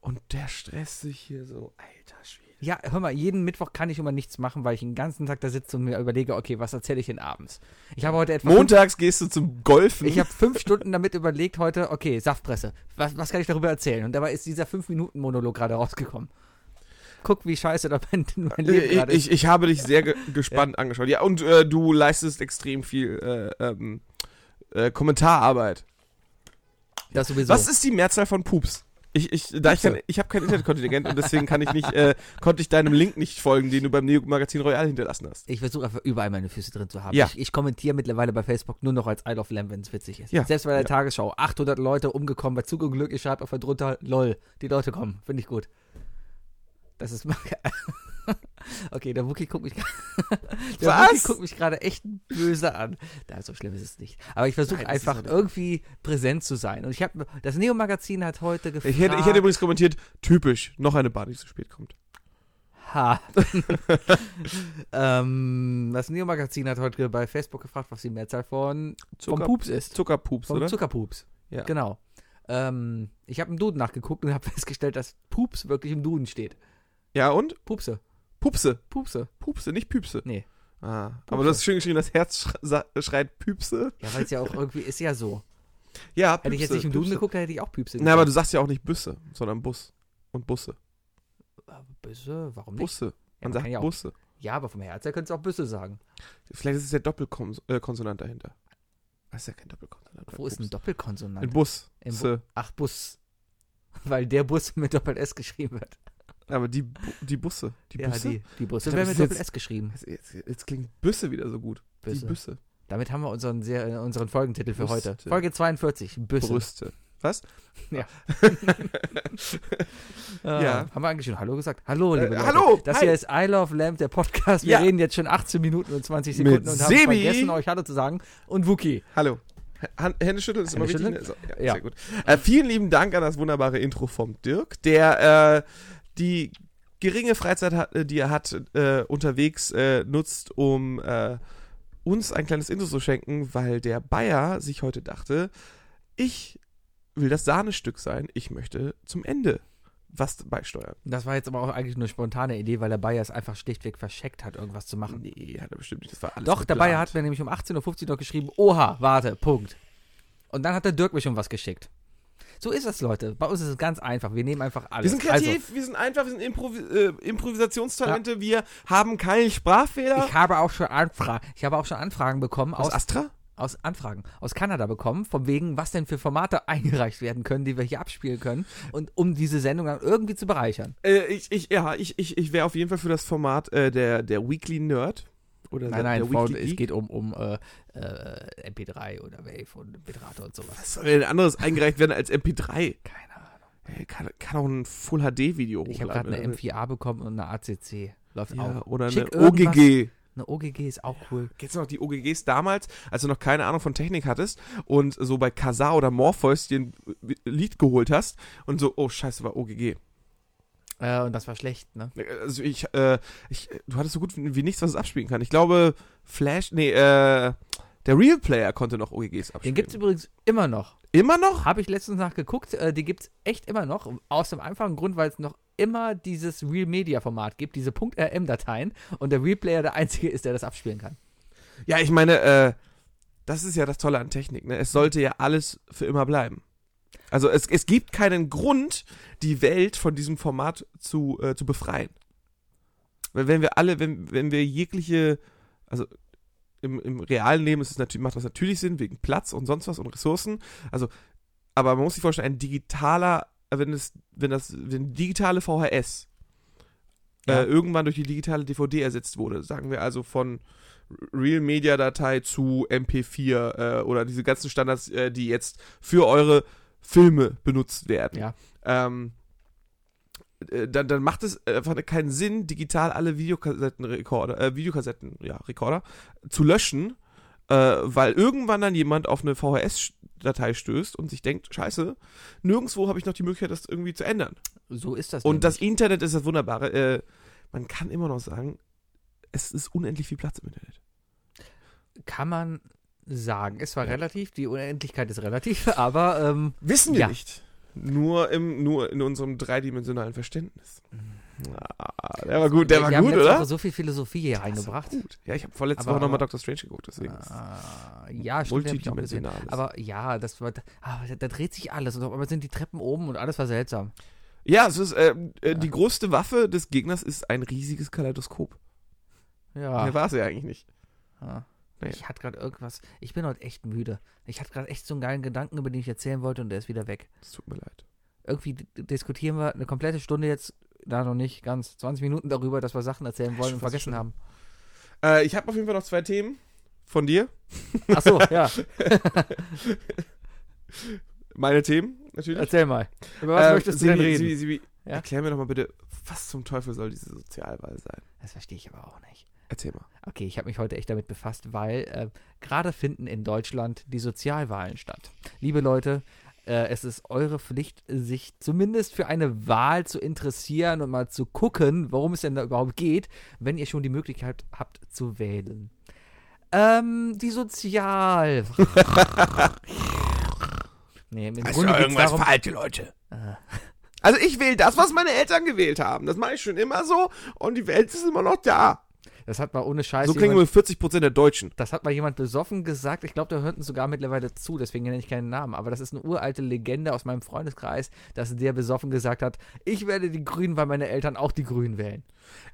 Speaker 3: und der stresst sich hier so, alter Schwede.
Speaker 2: Ja, hör mal, jeden Mittwoch kann ich immer nichts machen, weil ich den ganzen Tag da sitze und mir überlege, okay, was erzähle ich denn abends? Ich habe heute etwa
Speaker 3: Montags gehst du zum Golfen.
Speaker 2: fünf, ich habe fünf Stunden damit überlegt heute, okay, Saftpresse, was, was kann ich darüber erzählen? Und dabei ist dieser 5-Minuten-Monolog gerade rausgekommen. Guck, wie scheiße da mein, mein Leben
Speaker 3: Äh, ich,
Speaker 2: gerade ist.
Speaker 3: ich, ich habe dich
Speaker 2: [laughs]
Speaker 3: sehr ge gespannt angeschaut. Ja, und äh, du leistest extrem viel äh, ähm, äh, Kommentararbeit.
Speaker 2: Das sowieso.
Speaker 3: Was ist die Mehrzahl von Pups? Ich, ich, da ich, kein, ich habe kein Internetkontingent und deswegen kann ich nicht, äh, konnte ich deinem Link nicht folgen, den du beim Neo-Magazin Royal hinterlassen hast.
Speaker 2: Ich versuche einfach überall meine Füße drin zu haben.
Speaker 3: Ja.
Speaker 2: Ich, ich kommentiere mittlerweile bei Facebook nur noch als Isle of Lamb, wenn es witzig ist.
Speaker 3: Ja.
Speaker 2: Selbst bei der
Speaker 3: Ja.
Speaker 2: Tagesschau. 800 Leute umgekommen bei Zug und Glück. Ich schreibe einfach drunter, lol, die Leute kommen. Finde ich gut. Das ist... [laughs] okay, der Wookie guckt mich, [laughs] der
Speaker 3: Was?
Speaker 2: Wookie guckt mich gerade echt böse an. Da, so schlimm ist es nicht. Aber ich versuche
Speaker 3: Nein, das ist doch
Speaker 2: einfach
Speaker 3: nicht-
Speaker 2: irgendwie präsent zu sein. Und ich habe... Das Neo-Magazin hat heute gefragt...
Speaker 3: Ich hätte, ich hätte übrigens kommentiert, typisch, noch eine Bar, die zu spät kommt.
Speaker 2: Ha. [laughs] ähm, das Neo-Magazin hat heute bei Facebook gefragt, was die Mehrzahl von vom Pups ist.
Speaker 3: Zuckerpups,
Speaker 2: Vom
Speaker 3: oder?
Speaker 2: Zuckerpups.
Speaker 3: Ja.
Speaker 2: Genau. Ähm, ich habe im Duden nachgeguckt und habe [laughs] festgestellt, dass Pups wirklich im Duden steht.
Speaker 3: ja, und?
Speaker 2: Pupse.
Speaker 3: Pupse.
Speaker 2: Pupse.
Speaker 3: Pupse, nicht Püpse.
Speaker 2: Nee.
Speaker 3: Ah, aber du hast schön geschrieben, das Herz schre- sa- schreit Püpse.
Speaker 2: Ja, weil es ja auch
Speaker 3: [laughs]
Speaker 2: irgendwie ist ja so.
Speaker 3: Ja, Püpse.
Speaker 2: Hätte ich jetzt nicht im Duden
Speaker 3: Püpse.
Speaker 2: geguckt, dann hätte ich auch Püpse
Speaker 3: Na, aber du sagst ja auch nicht Büsse, sondern Bus. Und Busse.
Speaker 2: Aber Büsse, warum nicht?
Speaker 3: Busse.
Speaker 2: man
Speaker 3: Man sagt
Speaker 2: kann ja auch-
Speaker 3: Busse.
Speaker 2: Ja, aber vom Herz her könntest du auch Büsse sagen.
Speaker 3: Vielleicht ist es der Doppelkonsonant dahinter. Das ist ja kein Doppelkonsonant.
Speaker 2: Wo ist ein
Speaker 3: Ein
Speaker 2: Doppelkonsonant?
Speaker 3: Bus.
Speaker 2: Im Bu-
Speaker 3: Se.
Speaker 2: Ach, Bus. [laughs] Weil der Bus mit Doppel-S geschrieben wird.
Speaker 3: Aber die, Bu- die Busse. Die
Speaker 2: ja,
Speaker 3: Busse.
Speaker 2: die, die Busse
Speaker 3: Ich glaub,
Speaker 2: werden
Speaker 3: das
Speaker 2: mit
Speaker 3: ist jetzt-
Speaker 2: Doppel-S geschrieben.
Speaker 3: Jetzt, jetzt, jetzt klingt Büsse wieder so gut. Die
Speaker 2: Büsse.
Speaker 3: Büsse.
Speaker 2: Damit haben wir unseren, sehr, äh, unseren Folgentitel für
Speaker 3: Brüste.
Speaker 2: heute. Folge 42, Büsse.
Speaker 3: Brüste. Was?
Speaker 2: Ah,
Speaker 3: Ja.
Speaker 2: Haben wir eigentlich schon Hallo gesagt? Hallo,
Speaker 3: Äh,
Speaker 2: liebe Leute.
Speaker 3: hallo,
Speaker 2: Das
Speaker 3: hi.
Speaker 2: hier ist I Love Lamp, der Podcast. Wir
Speaker 3: Ja.
Speaker 2: reden jetzt schon 18 Minuten und 20 Sekunden
Speaker 3: Mit
Speaker 2: und haben
Speaker 3: Sebi.
Speaker 2: vergessen, euch Hallo zu sagen. Und Wookie.
Speaker 3: Hallo. Han Hände schütteln ist immer
Speaker 2: Hände
Speaker 3: wichtig. Ne? So, ja,
Speaker 2: Ja.
Speaker 3: Sehr gut. Äh, vielen lieben Dank an das wunderbare Intro vom Dirk, der äh, die geringe Freizeit, hat, äh, die er hat, äh, unterwegs äh, nutzt, um äh, uns ein kleines Intro zu schenken, weil der Bayer sich heute dachte, ich will das Sahnestück sein, ich möchte zum Ende was beisteuern.
Speaker 2: Das war jetzt aber auch eigentlich nur spontane Idee, weil der Bayer es einfach schlichtweg verscheckt hat, irgendwas zu machen.
Speaker 3: Nee, hat er bestimmt nicht. Das war alles
Speaker 2: Doch, der Bayer
Speaker 3: geplant.
Speaker 2: hat mir nämlich um 18.50 Uhr noch geschrieben, oha, warte, Punkt. Und dann hat der Dirk mir schon was geschickt. So ist das, Leute. Bei uns ist es ganz einfach. Wir nehmen einfach alles.
Speaker 3: Wir sind
Speaker 2: Also,
Speaker 3: kreativ, wir sind einfach, wir sind Improvi äh, Improvisationstalente, wir haben keinen Sprachfehler.
Speaker 2: Ich habe auch schon Anfragen. Ich habe auch schon Anfragen bekommen aus,
Speaker 3: Astra?
Speaker 2: aus Anfragen aus Kanada bekommen, von wegen, was denn für Formate [laughs] eingereicht werden können, die wir hier abspielen können und um diese Sendung dann irgendwie zu bereichern.
Speaker 3: Äh, ich, ich, ja, ich, ich, ich wäre auf jeden Fall für das Format äh, der, der Weekly Nerd. Oder der,
Speaker 2: Nein, nein,
Speaker 3: Also der
Speaker 2: Frau,
Speaker 3: Weekly
Speaker 2: es
Speaker 3: Geek.
Speaker 2: geht um, um äh, äh, MP3 oder Wave und Bitrate und sowas.
Speaker 3: Was soll denn anderes eingereicht werden als MP3?
Speaker 2: Keine Ahnung.
Speaker 3: Hey, kann, kann auch ein Full HD Video
Speaker 2: Ich habe gerade eine
Speaker 3: oder-
Speaker 2: M4A bekommen und eine ACC. Läuft
Speaker 3: Oh, ja,
Speaker 2: auch.
Speaker 3: oder eine
Speaker 2: Schick irgendwas-
Speaker 3: OGG.
Speaker 2: Eine OGG ist auch cool.
Speaker 3: Kennst du noch die OGGs damals, als du noch keine Ahnung von Technik hattest und so bei Kazaa oder Morpheus dir ein Lied geholt hast und so, oh scheiße, war OGG.
Speaker 2: Äh, und das war schlecht, ne?
Speaker 3: Also ich, äh, ich, du hattest so gut wie nichts, was es abspielen kann. Ich glaube, Flash, nee, äh, der Real Player konnte noch OGGs
Speaker 2: Den
Speaker 3: abspielen.
Speaker 2: gibt's übrigens immer noch.
Speaker 3: Immer noch?
Speaker 2: Habe ich letztens nachgeguckt, äh, die gibt's echt immer noch. Aus dem einfachen Grund, weil es noch immer dieses Real Media Format gibt, diese .rm-Dateien und der Real Player der einzige ist, der das abspielen kann.
Speaker 3: Ja, ich meine, äh, das ist ja das Tolle an Technik, ne? Es sollte ja alles für immer bleiben. Also es, es gibt keinen Grund, die Welt von diesem Format zu, äh, zu befreien. Weil wenn wir alle, wenn, wenn wir jegliche, also im, im realen Leben ist es natürlich, macht das natürlich Sinn, wegen Platz und sonst was und Ressourcen. Also, aber man muss sich vorstellen, ein digitaler, wenn es, wenn das, wenn digitale VHS
Speaker 2: Ja.
Speaker 3: äh, irgendwann durch die digitale DVD ersetzt wurde, sagen wir also von Real Media Datei zu MP4 äh, oder diese ganzen Standards, äh, die jetzt für eure Filme benutzt werden.
Speaker 2: Ja.
Speaker 3: Ähm, äh, dann, dann macht es einfach keinen Sinn, digital alle Videokassettenrekorder, äh, Videokassetten, ja, Rekorder zu löschen, äh, weil irgendwann dann jemand auf eine VHS-Datei stößt und sich denkt, scheiße, nirgendwo habe ich noch die Möglichkeit, das irgendwie zu ändern.
Speaker 2: So ist das.
Speaker 3: Und das
Speaker 2: nämlich.
Speaker 3: Internet ist das Wunderbare. Äh, man kann immer noch sagen, es ist unendlich viel Platz im Internet.
Speaker 2: kann man sagen. Es war relativ, die Unendlichkeit ist relativ, [laughs] aber ähm,
Speaker 3: Wissen
Speaker 2: wir
Speaker 3: wir nicht. Nur, im, nur in unserem dreidimensionalen Verständnis. Ah, der war gut, der
Speaker 2: wir,
Speaker 3: war
Speaker 2: wir haben
Speaker 3: gut,
Speaker 2: letzte
Speaker 3: oder?
Speaker 2: Woche so viel Philosophie hier reingebracht.
Speaker 3: Gut. Ja, ich habe vorletzte
Speaker 2: Aber-
Speaker 3: Woche nochmal Dr. Strange geguckt, deswegen. ist-
Speaker 2: Ah, ja, stimmt, hab ich auch gesehen.
Speaker 3: Multidimensionales.
Speaker 2: Aber ja, das war, ah, da, da dreht sich alles und auf einmal sind die Treppen oben und alles war seltsam.
Speaker 3: ja, es ist, äh, äh, die größte Waffe des Gegners ist ein riesiges Kaleidoskop.
Speaker 2: Ja.
Speaker 3: Mehr war es ja eigentlich nicht.
Speaker 2: Ah.
Speaker 3: Nee.
Speaker 2: Ich hatte gerade irgendwas. Ich bin heute echt müde. Ich hatte gerade echt so einen geilen Gedanken, über den ich erzählen wollte und der ist wieder weg.
Speaker 3: Es tut mir leid.
Speaker 2: Irgendwie d- diskutieren wir eine komplette Stunde jetzt, da noch nicht ganz, 20 Minuten darüber, dass wir Sachen erzählen wollen
Speaker 3: Ich
Speaker 2: und
Speaker 3: weiß
Speaker 2: vergessen
Speaker 3: schon.
Speaker 2: haben.
Speaker 3: Äh, ich habe auf jeden Fall noch zwei Themen von dir.
Speaker 2: Ach so,
Speaker 3: [laughs]
Speaker 2: ja,
Speaker 3: Meine Themen, natürlich.
Speaker 2: erzähl mal. Über was
Speaker 3: Ähm,
Speaker 2: möchtest du denn
Speaker 3: Sibi,
Speaker 2: reden?
Speaker 3: Sibi, Sibi,
Speaker 2: Ja?
Speaker 3: Erklär mir doch mal bitte, was zum Teufel soll diese Sozialwahl sein?
Speaker 2: Das verstehe ich aber auch nicht.
Speaker 3: Erzähl mal.
Speaker 2: Okay, ich habe mich heute echt damit befasst, weil äh, gerade finden in Deutschland die Sozialwahlen statt. Liebe Leute, äh, es ist eure Pflicht, sich zumindest für eine Wahl zu interessieren und mal zu gucken, worum es denn da überhaupt geht, wenn ihr schon die Möglichkeit habt zu wählen. Ähm, die
Speaker 3: [laughs]
Speaker 2: Sozial. nee, im Grunde geht's darum, Ah.
Speaker 3: alte Leute. Also ich wähle das, was meine Eltern gewählt haben. Das mache ich schon immer so und die Welt ist immer noch da.
Speaker 2: das hat mal ohne Scheiß
Speaker 3: So klingen
Speaker 2: jemand-
Speaker 3: wir 40% der Deutschen.
Speaker 2: Das hat mal jemand besoffen gesagt. Ich glaube, da hörten sogar mittlerweile zu, deswegen nenne ich keinen Namen. Aber das ist eine uralte Legende aus meinem Freundeskreis, dass der besoffen gesagt hat, ich werde die Grünen, weil meine Eltern auch die Grünen wählen.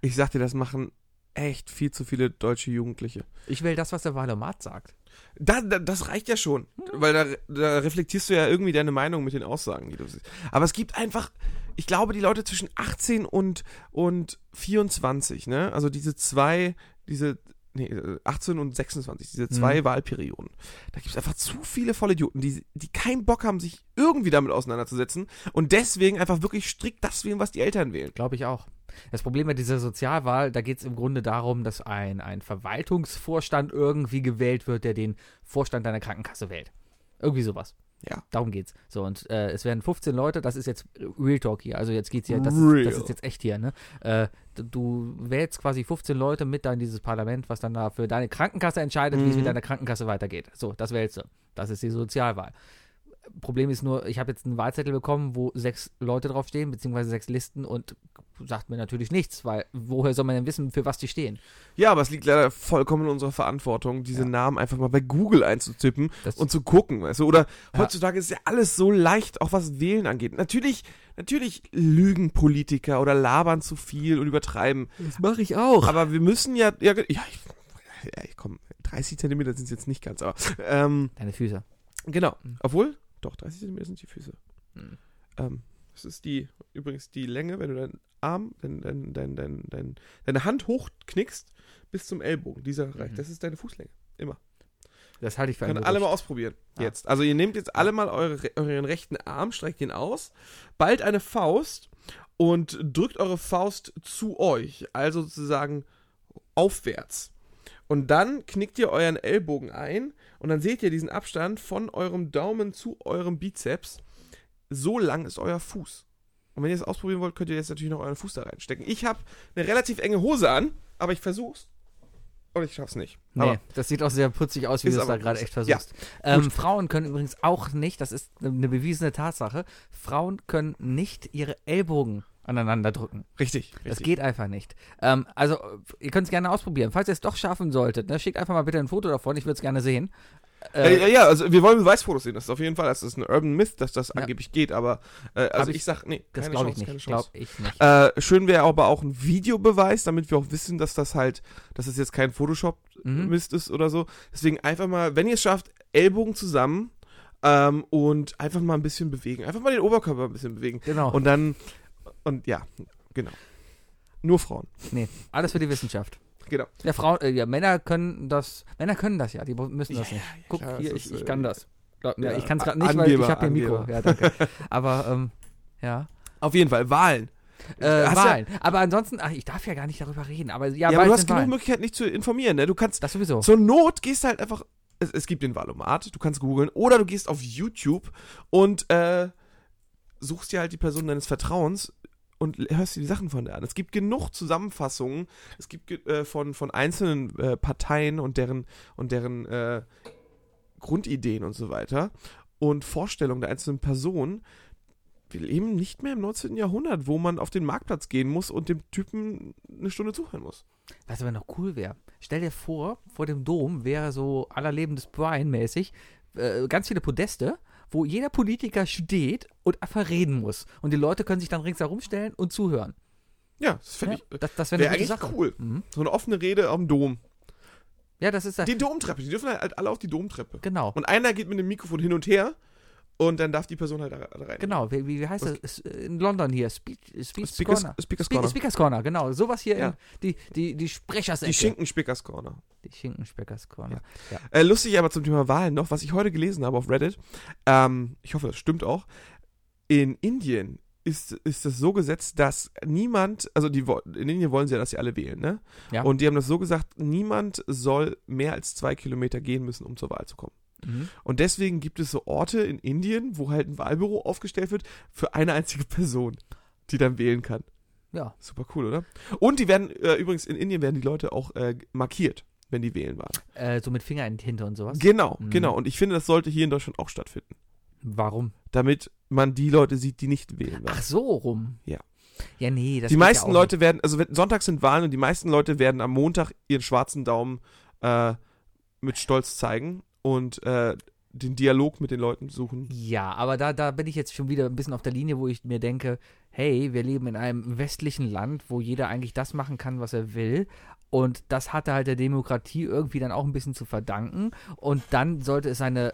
Speaker 3: Ich sag dir, das machen echt viel zu viele deutsche Jugendliche.
Speaker 2: Ich wähle das, was der Wahlomat sagt.
Speaker 3: Da, da, das reicht ja schon, weil da, da reflektierst du ja irgendwie deine Meinung mit den Aussagen, die du siehst. Aber es gibt einfach, ich glaube, die Leute zwischen 18 und, und 24, ne? Also diese zwei, diese, nee, äh, 18 und 26, diese zwei Wahlperioden. Da gibt es einfach zu viele Vollidioten, die, die keinen Bock haben, sich irgendwie damit auseinanderzusetzen und deswegen einfach wirklich strikt das wählen, was die Eltern wählen.
Speaker 2: Glaube ich auch. Das Problem bei dieser Sozialwahl, da geht es im Grunde darum, dass ein, ein Verwaltungsvorstand irgendwie gewählt wird, der den Vorstand deiner Krankenkasse wählt. Irgendwie sowas.
Speaker 3: Ja.
Speaker 2: Darum geht's. So, und äh, es werden 15 Leute, das ist jetzt Real Talk hier. Also jetzt geht's hier, das,
Speaker 3: Real.
Speaker 2: Ist, das ist jetzt echt hier, ne? Äh, d- du wählst quasi 15 Leute mit da in dieses Parlament, was dann da für deine Krankenkasse entscheidet, wie es
Speaker 3: Mhm.
Speaker 2: mit deiner Krankenkasse weitergeht. So, das wählst du. Das ist die Sozialwahl. Problem ist nur, ich habe jetzt einen Wahlzettel bekommen, wo sechs Leute draufstehen, beziehungsweise sechs Listen und sagt mir natürlich nichts, weil woher soll man denn wissen, für was die stehen?
Speaker 3: Ja, aber es liegt leider vollkommen in unserer Verantwortung, diese Namen einfach mal bei Google einzutippen
Speaker 2: Das-
Speaker 3: und zu gucken, weißt du? Oder
Speaker 2: Ja.
Speaker 3: heutzutage ist ja alles so leicht, auch was Wählen angeht. Natürlich, natürlich lügen Politiker oder labern zu viel und übertreiben.
Speaker 2: Das mache ich auch.
Speaker 3: Aber wir müssen ja, ja, ge- ja, ich, ja ich komm, 30 Zentimeter sind es jetzt nicht ganz, aber ähm,
Speaker 2: Deine Füße.
Speaker 3: genau. Obwohl, doch 30 Zentimeter sind die Füße.
Speaker 2: Mhm.
Speaker 3: Ähm, das ist die übrigens die Länge, wenn du deinen Arm, dein, dein, dein, dein, dein, deine Hand hochknickst bis zum Ellbogen. Dieser reicht.
Speaker 2: Mhm.
Speaker 3: Das ist deine Fußlänge.
Speaker 2: Das halte ich für ein
Speaker 3: Können alle mal
Speaker 2: Gerücht.
Speaker 3: ausprobieren.
Speaker 2: Ah.
Speaker 3: Jetzt. Also ihr nehmt jetzt alle mal eure, euren rechten Arm, streckt ihn aus, ballt eine Faust und drückt eure Faust zu euch. Also sozusagen aufwärts. Und dann knickt ihr euren Ellbogen ein und dann seht ihr diesen Abstand von eurem Daumen zu eurem Bizeps. So lang ist euer Fuß. Und wenn ihr es ausprobieren wollt, könnt ihr jetzt natürlich noch euren Fuß da reinstecken. Ich habe eine relativ enge Hose an, aber ich versuch's. Und ich schaff's nicht.
Speaker 2: Nee,
Speaker 3: Aber
Speaker 2: das sieht auch sehr putzig aus, wie
Speaker 3: Ist
Speaker 2: du es da
Speaker 3: aber-
Speaker 2: gerade echt
Speaker 3: ja.
Speaker 2: versuchst. Ähm, Frauen können übrigens auch nicht, das ist eine bewiesene Tatsache, Frauen können nicht ihre Ellbogen aneinander drücken.
Speaker 3: richtig, richtig.
Speaker 2: Das geht einfach nicht. Ähm, also, äh, ihr könnt es gerne ausprobieren. Falls ihr es doch schaffen solltet, ne, schickt einfach mal bitte ein Foto davon, ich würde es gerne sehen.
Speaker 3: Äh,
Speaker 2: Äh,
Speaker 3: ja, ja, also wir wollen Beweisfotos sehen. Das ist auf jeden Fall, das ist ein Urban Myth, dass das
Speaker 2: Ja.
Speaker 3: angeblich geht, aber äh, also
Speaker 2: ich-
Speaker 3: ich, sag, nee,
Speaker 2: das
Speaker 3: keine
Speaker 2: glaube ich
Speaker 3: Chance, keine
Speaker 2: nicht.
Speaker 3: Chance.
Speaker 2: Glaube ich nicht.
Speaker 3: Äh, schön wäre aber auch ein Videobeweis, damit wir auch wissen, dass das halt, dass das jetzt kein
Speaker 2: Mhm.
Speaker 3: Photoshop-Mist ist oder so. Deswegen einfach mal, wenn ihr es schafft, Ellbogen zusammen ähm, und einfach mal ein bisschen bewegen. Einfach mal den Oberkörper ein bisschen bewegen.
Speaker 2: Genau.
Speaker 3: Und dann, und ja, genau. Nur Frauen.
Speaker 2: nee, alles für die Wissenschaft.
Speaker 3: Genau.
Speaker 2: Ja, Frauen, äh, ja, Männer können das. Männer können das ja, die bo- müssen das nicht. Guck,
Speaker 3: klar,
Speaker 2: hier,
Speaker 3: das
Speaker 2: ich,
Speaker 3: ist,
Speaker 2: ich kann
Speaker 3: äh,
Speaker 2: das. Glaub mir,
Speaker 3: ja,
Speaker 2: ich kann es gerade
Speaker 3: A-
Speaker 2: nicht, weil ich
Speaker 3: Angeber,
Speaker 2: habe hier ein Mikro.
Speaker 3: Angeber.
Speaker 2: Ja, danke. [laughs] Aber, ähm, ja.
Speaker 3: Auf jeden Fall, Wahlen.
Speaker 2: Äh,
Speaker 3: [laughs] Hast
Speaker 2: Wahlen. aber ansonsten, ach, ich darf ja gar nicht darüber reden. Aber ja,
Speaker 3: Ja, aber
Speaker 2: bald
Speaker 3: du hast
Speaker 2: sind
Speaker 3: genug
Speaker 2: Wahlen.
Speaker 3: Möglichkeiten, dich zu informieren. Ne? Du kannst
Speaker 2: Das sowieso.
Speaker 3: Zur Not gehst du halt einfach. Es, es gibt den Valomat, du kannst googeln, oder du gehst auf YouTube und äh, suchst dir halt die Person deines Vertrauens und l- hörst dir die Sachen von der an. Es gibt genug Zusammenfassungen, es gibt ge- äh, von, von einzelnen äh, Parteien und deren und deren äh, Grundideen und so weiter und Vorstellungen der einzelnen Personen. Wir leben nicht mehr im 19. Jahrhundert, wo man auf den Marktplatz gehen muss und dem Typen eine Stunde zuhören muss.
Speaker 2: Was aber noch cool wäre. Stell dir vor, vor dem Dom wäre so aller Leben des Brian mäßig äh, ganz viele Podeste, wo jeder Politiker steht und einfach reden muss. Und die Leute können sich dann ringsherum stellen und zuhören.
Speaker 3: Ja, das
Speaker 2: Ja,
Speaker 3: finde ich.
Speaker 2: das das wäre
Speaker 3: Wäre
Speaker 2: eine gute
Speaker 3: eigentlich
Speaker 2: Sache.
Speaker 3: cool.
Speaker 2: Mhm.
Speaker 3: So eine offene Rede am Dom.
Speaker 2: Ja, das ist das.
Speaker 3: Die Domtreppe, die dürfen halt alle auf die Domtreppe.
Speaker 2: Genau.
Speaker 3: Und einer geht mit dem Mikrofon hin und her und dann darf die Person halt da da rein.
Speaker 2: Genau, wie, wie wie heißt das? Ist, äh, In London hier, Speech, Speech
Speaker 3: Speakers,
Speaker 2: Corner.
Speaker 3: Speakers
Speaker 2: Spe
Speaker 3: Corner.
Speaker 2: Speakers Corner, genau. Sowas hier,
Speaker 3: Ja.
Speaker 2: in, die, die, die Sprechersecke.
Speaker 3: die Schinken Speakers Corner.
Speaker 2: die Schinken-Speakers Corner.
Speaker 3: Äh, lustig aber zum Thema Wahlen noch, was ich heute gelesen habe auf Reddit. Ähm, ich hoffe, das stimmt auch. In Indien ist, ist das so gesetzt, dass niemand, also die, wo- in Indien wollen sie ja, dass sie alle wählen, ne?
Speaker 2: Ja.
Speaker 3: Und die haben das so gesagt, niemand soll mehr als zwei Kilometer gehen müssen, um zur Wahl zu kommen.
Speaker 2: Mhm.
Speaker 3: Und deswegen gibt es so Orte in Indien, wo halt ein Wahlbüro aufgestellt wird für eine einzige Person, die dann wählen kann.
Speaker 2: Ja.
Speaker 3: Super cool, oder? Und die werden, äh, übrigens in Indien werden die Leute auch äh, markiert, wenn die wählen waren.
Speaker 2: Äh, so mit Finger in die Tinte und sowas.
Speaker 3: Genau,
Speaker 2: Mhm.
Speaker 3: genau. Und ich finde, das sollte hier in Deutschland auch stattfinden.
Speaker 2: Warum?
Speaker 3: Damit man die Leute sieht, die nicht wählen waren.
Speaker 2: Ach so rum.
Speaker 3: Ja.
Speaker 2: Ja, nee, das
Speaker 3: die
Speaker 2: geht ja
Speaker 3: meisten
Speaker 2: auch
Speaker 3: Leute werden, also wenn- sonntags sind Wahlen und die meisten Leute werden am Montag ihren schwarzen Daumen äh, mit Stolz zeigen und äh, den Dialog mit den Leuten suchen.
Speaker 2: Ja, aber da, da bin ich jetzt schon wieder ein bisschen auf der Linie, wo ich mir denke, hey, wir leben in einem westlichen Land, wo jeder eigentlich das machen kann, was er will. Und das hatte halt der Demokratie irgendwie dann auch ein bisschen zu verdanken. Und dann sollte es seine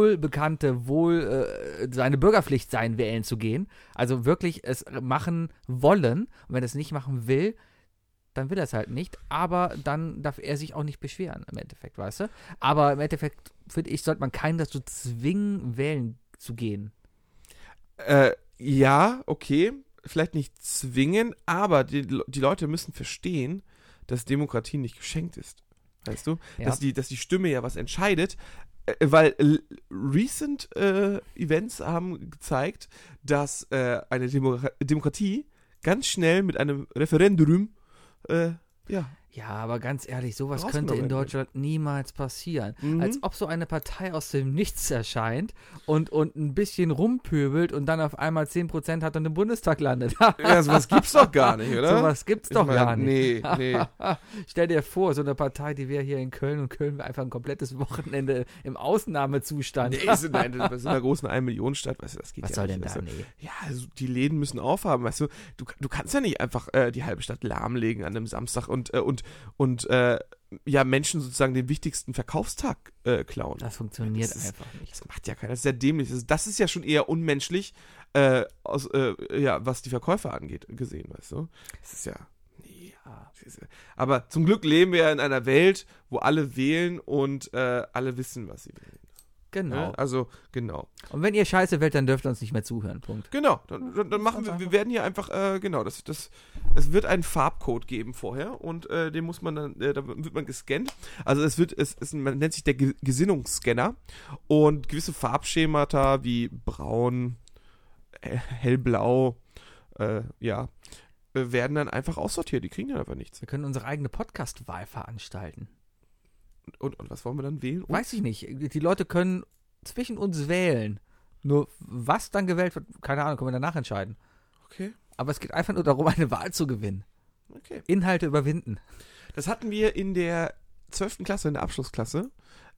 Speaker 2: wohlbekannte, wohl äh, seine Bürgerpflicht sein, wählen zu gehen. Also wirklich es machen wollen. Und wenn er es nicht machen will, dann will er es halt nicht. Aber dann darf er sich auch nicht beschweren, im Endeffekt, weißt du? Aber im Endeffekt, finde ich, sollte man keinen dazu zwingen, wählen zu gehen.
Speaker 3: Äh, ja, okay. Vielleicht nicht zwingen, aber die, Le- die Leute müssen verstehen, dass Demokratie nicht geschenkt ist. Weißt du?
Speaker 2: Ja.
Speaker 3: Dass, die, dass die Stimme ja was entscheidet. Äh, Weil l- recent äh, Events haben gezeigt, dass äh, eine Demo Demokratie ganz schnell mit einem Referendum äh, ja,
Speaker 2: Ja, aber ganz ehrlich, sowas könnte
Speaker 3: Rausgenommen
Speaker 2: in
Speaker 3: werden.
Speaker 2: Deutschland niemals passieren.
Speaker 3: Mhm.
Speaker 2: Als ob so eine Partei aus dem Nichts erscheint und, und ein bisschen rumpöbelt und dann auf einmal 10% hat und im Bundestag landet. [laughs]
Speaker 3: ja, sowas gibt's doch gar nicht, oder?
Speaker 2: Sowas gibt's
Speaker 3: Ne? Ich
Speaker 2: doch
Speaker 3: mein,
Speaker 2: gar nicht. [laughs]
Speaker 3: Nee, nee.
Speaker 2: Stell dir vor, so eine Partei, die wir hier in Köln und Köln war einfach ein komplettes Wochenende im Ausnahmezustand.
Speaker 3: nee so, nein, bei so einer großen 1-Millionen-Stadt, weißt du, das geht
Speaker 2: Was
Speaker 3: ja
Speaker 2: soll
Speaker 3: nicht.
Speaker 2: denn da?
Speaker 3: Also,
Speaker 2: Nee.
Speaker 3: Ja, also die Läden müssen aufhaben, weißt du. Du, du kannst ja nicht einfach äh, die halbe Stadt lahmlegen an einem Samstag und äh, und und äh, ja Menschen sozusagen den wichtigsten Verkaufstag äh, klauen.
Speaker 2: Das funktioniert
Speaker 3: Das ist-
Speaker 2: einfach nicht.
Speaker 3: Das macht ja keiner. Das ist ja dämlich. Das ist, das ist ja schon eher unmenschlich, äh, aus, äh, ja, was die Verkäufer angeht, gesehen, weißt du. Das ist ja. Nee.
Speaker 2: Ja.
Speaker 3: das ist ja- Aber zum Glück leben wir ja in einer Welt, wo alle wählen und äh, alle wissen, was sie wählen.
Speaker 2: Genau.
Speaker 3: Ne? Also, genau.
Speaker 2: Und wenn ihr scheiße wählt, dann dürft ihr uns nicht mehr zuhören. Punkt.
Speaker 3: Genau, dann, dann, dann machen
Speaker 2: ganz
Speaker 3: wir,
Speaker 2: einfach.
Speaker 3: wir werden hier einfach, äh, genau, das, das Es wird einen Farbcode geben vorher und äh, den muss man dann, äh, da wird man gescannt. Also es wird, es, es man nennt sich der Ge- Gesinnungsscanner und gewisse Farbschemata wie braun, äh, hellblau, äh, ja, äh, werden dann einfach aussortiert. Die kriegen dann einfach nichts.
Speaker 2: Wir können unsere eigene Podcast-Wahl veranstalten.
Speaker 3: Und, und was wollen wir dann wählen? Und
Speaker 2: Weiß ich nicht. Die Leute können zwischen uns wählen. Nur was dann gewählt wird, keine Ahnung, können wir danach entscheiden.
Speaker 3: Okay,
Speaker 2: Aber es geht einfach nur darum, [laughs] eine Wahl zu gewinnen.
Speaker 3: okay.
Speaker 2: Inhalte überwinden.
Speaker 3: Das hatten wir in der 12. Klasse, in der Abschlussklasse,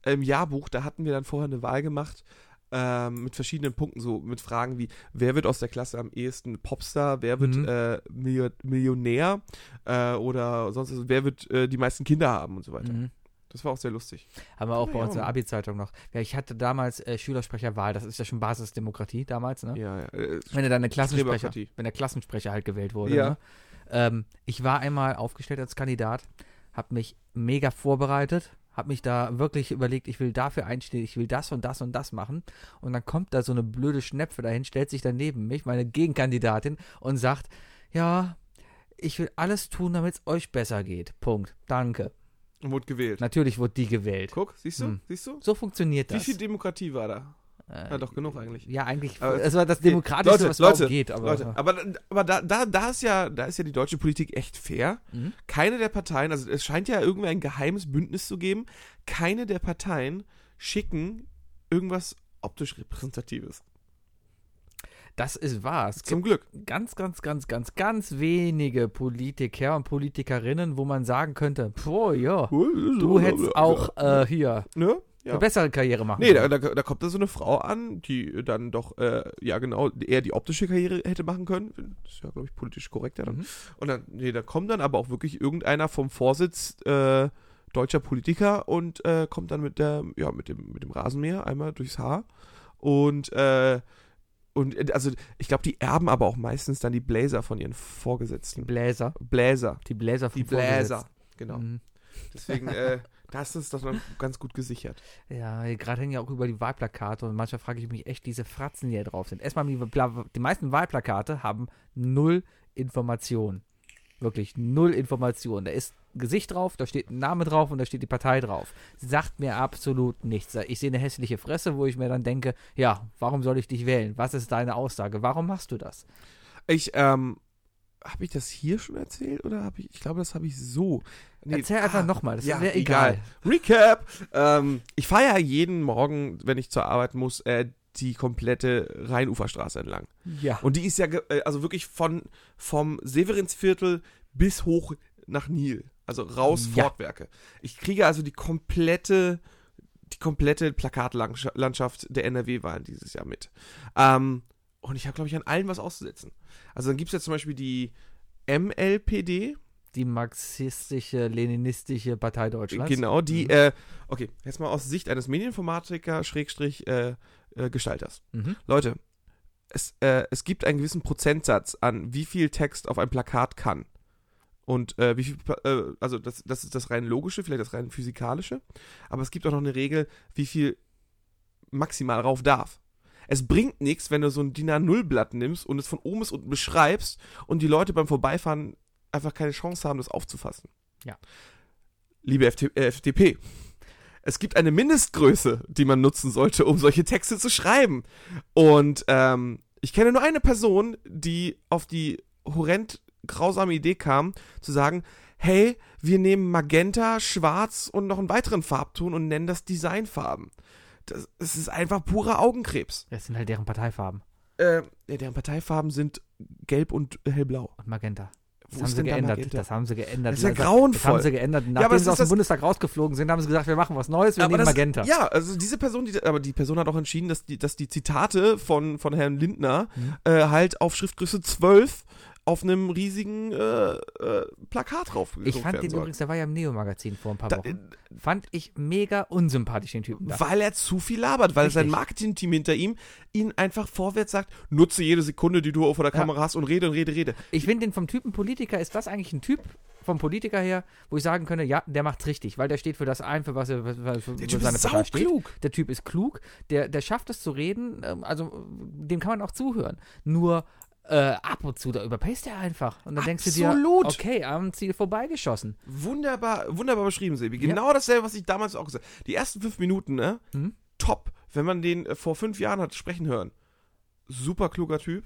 Speaker 3: im Jahrbuch, da hatten wir dann vorher eine Wahl gemacht ähm, mit verschiedenen Punkten, so mit Fragen wie, wer wird aus der Klasse am ehesten Popstar, wer wird
Speaker 2: Mhm.
Speaker 3: äh, Millio- Millionär äh, oder sonst, was, wer wird äh, die meisten Kinder haben und so weiter.
Speaker 2: Mhm.
Speaker 3: Das war auch sehr lustig.
Speaker 2: Haben wir auch bei
Speaker 3: Ja,
Speaker 2: unserer
Speaker 3: ja.
Speaker 2: Abi-Zeitung noch. Ja, ich hatte damals äh, Schülersprecherwahl, das ist ja schon Basisdemokratie damals, ne?
Speaker 3: Ja, ja. Äh,
Speaker 2: Wenn der deine Klassensprecher,
Speaker 3: Demokratie.
Speaker 2: wenn der Klassensprecher halt gewählt wurde.
Speaker 3: Ja.
Speaker 2: Ne? Ähm, ich war einmal aufgestellt als Kandidat, habe mich mega vorbereitet, habe mich da wirklich überlegt, ich will dafür einstehen, ich will das und das und das machen. Und dann kommt da so eine blöde Schnepfe dahin, stellt sich daneben mich, meine Gegenkandidatin, und sagt, ja, ich will alles tun, damit es euch besser geht. Punkt. Danke.
Speaker 3: wurde gewählt.
Speaker 2: Natürlich wurde die gewählt.
Speaker 3: Guck, siehst du?
Speaker 2: Hm.
Speaker 3: Siehst du?
Speaker 2: So funktioniert
Speaker 3: Wie
Speaker 2: das.
Speaker 3: viel Demokratie war da?
Speaker 2: Äh,
Speaker 3: Ja, doch, genug eigentlich.
Speaker 2: Ja, eigentlich.
Speaker 3: Aber-
Speaker 2: es war das Demokratischste,
Speaker 3: Leute,
Speaker 2: was überhaupt
Speaker 3: Leute,
Speaker 2: geht. Aber,
Speaker 3: Leute, aber, aber da, da, da, ist ja, da ist ja die deutsche Politik echt fair.
Speaker 2: Mhm.
Speaker 3: Keine der Parteien, also es scheint ja irgendwie ein geheimes Bündnis zu geben, keine der Parteien schicken irgendwas optisch Repräsentatives.
Speaker 2: das ist wahr. Es
Speaker 3: Zum Glück.
Speaker 2: gibt ganz, ganz, ganz, ganz, ganz wenige Politiker und Politikerinnen, wo man sagen könnte, boah, ja, du hättest auch äh, hier
Speaker 3: Ne? Ja.
Speaker 2: eine bessere Karriere machen
Speaker 3: Nee, da,
Speaker 2: können.
Speaker 3: da, da kommt da so eine Frau an, die dann doch, äh, ja genau, eher die optische Karriere hätte machen können. Das ist ja, glaube ich, politisch korrekter dann.
Speaker 2: Mhm.
Speaker 3: Und dann, nee, da kommt dann aber auch wirklich irgendeiner vom Vorsitz äh, deutscher Politiker und äh, kommt dann mit der, ja, mit dem, mit dem Rasenmäher einmal durchs Haar. Und, äh, und äh, also ich glaube, die erben aber auch meistens dann die Bläser von ihren Vorgesetzten.
Speaker 2: Bläser.
Speaker 3: Bläser.
Speaker 2: Die Bläser vom
Speaker 3: Die Bläser. Genau.
Speaker 2: Vorgesetzten. Mhm. [laughs]
Speaker 3: Deswegen, äh, das ist doch noch ganz gut gesichert.
Speaker 2: Ja, gerade hängen ja auch über die Wahlplakate und manchmal frage ich mich echt, diese Fratzen, die da drauf sind. Erstmal, die, Pla- die meisten Wahlplakate haben null Informationen. Wirklich null Informationen. Da ist ein Gesicht drauf, da steht ein Name drauf und da steht die Partei drauf. Sagt mir absolut nichts. Ich sehe eine hässliche Fresse, wo ich mir dann denke, ja, warum soll ich dich wählen? Was ist deine Aussage? Warum machst du das?
Speaker 3: Ich, ähm, habe ich das hier schon erzählt oder habe ich, ich glaube, das habe ich so. Nee, ah.
Speaker 2: Erzähl einfach nochmal, das
Speaker 3: ja,
Speaker 2: wäre
Speaker 3: egal.
Speaker 2: egal.
Speaker 3: Recap! Ähm, ich fahre ja jeden Morgen, wenn ich zur Arbeit muss, äh, die komplette Rheinuferstraße entlang.
Speaker 2: Ja.
Speaker 3: Und die ist ja, ge- äh, also wirklich von, vom Severinsviertel bis hoch nach Nil. Also raus
Speaker 2: Ja.
Speaker 3: Fortwerke. Ich kriege also die komplette, die komplette Plakatlandschaft der NRW-Wahlen dieses Jahr mit. Ähm, und ich habe, glaube ich, an allen was auszusetzen. Also dann gibt es ja zum Beispiel die MLPD,
Speaker 2: Die marxistische, leninistische Partei Deutschlands.
Speaker 3: Genau, die,
Speaker 2: Mhm.
Speaker 3: äh, okay, jetzt mal aus Sicht eines Medieninformatiker, Schrägstrich, äh, äh, Gestalters.
Speaker 2: Mhm.
Speaker 3: Leute, es, äh, es gibt einen gewissen Prozentsatz an, wie viel Text auf ein Plakat kann. Und äh, wie viel, Pla- äh, also das, das ist das rein logische, vielleicht das rein physikalische, aber es gibt auch noch eine Regel, wie viel maximal rauf darf. Es bringt nichts, wenn du so ein DIN A0-Blatt nimmst und es von oben bis unten beschreibst und die Leute beim Vorbeifahren einfach keine Chance haben, das aufzufassen.
Speaker 2: Ja.
Speaker 3: Liebe FT äh, FDP, es gibt eine Mindestgröße, die man nutzen sollte, um solche Texte zu schreiben. Und ähm, ich kenne nur eine Person, die auf die horrend grausame Idee kam, zu sagen, hey, wir nehmen Magenta, Schwarz und noch einen weiteren Farbton und nennen das Designfarben. Das, das ist einfach purer Augenkrebs.
Speaker 2: Das sind halt deren Parteifarben.
Speaker 3: Äh, ja, deren Parteifarben sind gelb und hellblau.
Speaker 2: Und Magenta.
Speaker 3: Wo
Speaker 2: Das haben
Speaker 3: ist
Speaker 2: sie
Speaker 3: denn da
Speaker 2: geändert.
Speaker 3: Magenta?
Speaker 2: das haben sie geändert.
Speaker 3: Das ist ja
Speaker 2: Also, Das
Speaker 3: grauenvoll.
Speaker 2: haben sie geändert. Nachdem
Speaker 3: aber
Speaker 2: sie
Speaker 3: das ist
Speaker 2: aus dem
Speaker 3: das-
Speaker 2: Bundestag rausgeflogen sind, haben sie gesagt, wir machen was Neues, wir nehmen
Speaker 3: das-
Speaker 2: Magenta.
Speaker 3: Ja, also diese Person, die, aber die Person hat auch entschieden, dass die, dass die Zitate von, von Herrn Lindner
Speaker 2: Mhm.
Speaker 3: äh, halt auf Schriftgröße 12 auf einem riesigen äh, äh, Plakat drauf
Speaker 2: ich fand den übrigens, der war ja im Neo-Magazin vor ein paar
Speaker 3: Da, äh,
Speaker 2: Wochen. Fand ich mega unsympathisch, den Typen da.
Speaker 3: weil er zu viel labert, weil
Speaker 2: Richtig.
Speaker 3: sein Marketing-Team hinter ihm ihn einfach vorwärts sagt, nutze jede Sekunde, die du vor der
Speaker 2: Ja.
Speaker 3: Kamera hast und rede und rede, rede.
Speaker 2: Ich finde den vom Typen Politiker, ist das eigentlich ein Typ vom Politiker her, wo ich sagen könnte, ja, der macht's richtig, weil der steht für das ein, für was er für, für, für
Speaker 3: Der Typ
Speaker 2: seine
Speaker 3: ist
Speaker 2: Partei steht.
Speaker 3: sauklug.
Speaker 2: Der Typ ist klug, der, der schafft es zu reden, ähm, also äh, dem kann man auch zuhören. Nur äh, Äh, ab und zu, da überpaced er einfach. Und dann denkst du dir,
Speaker 3: Absolut.
Speaker 2: okay, am Ziel vorbeigeschossen.
Speaker 3: Wunderbar, wunderbar beschrieben, Sebi. Genau dasselbe, was ich damals auch gesagt habe. Die ersten fünf Minuten, ne?
Speaker 2: Mhm.
Speaker 3: Top. Wenn man den äh, vor fünf Jahren hat sprechen hören. Super kluger Typ.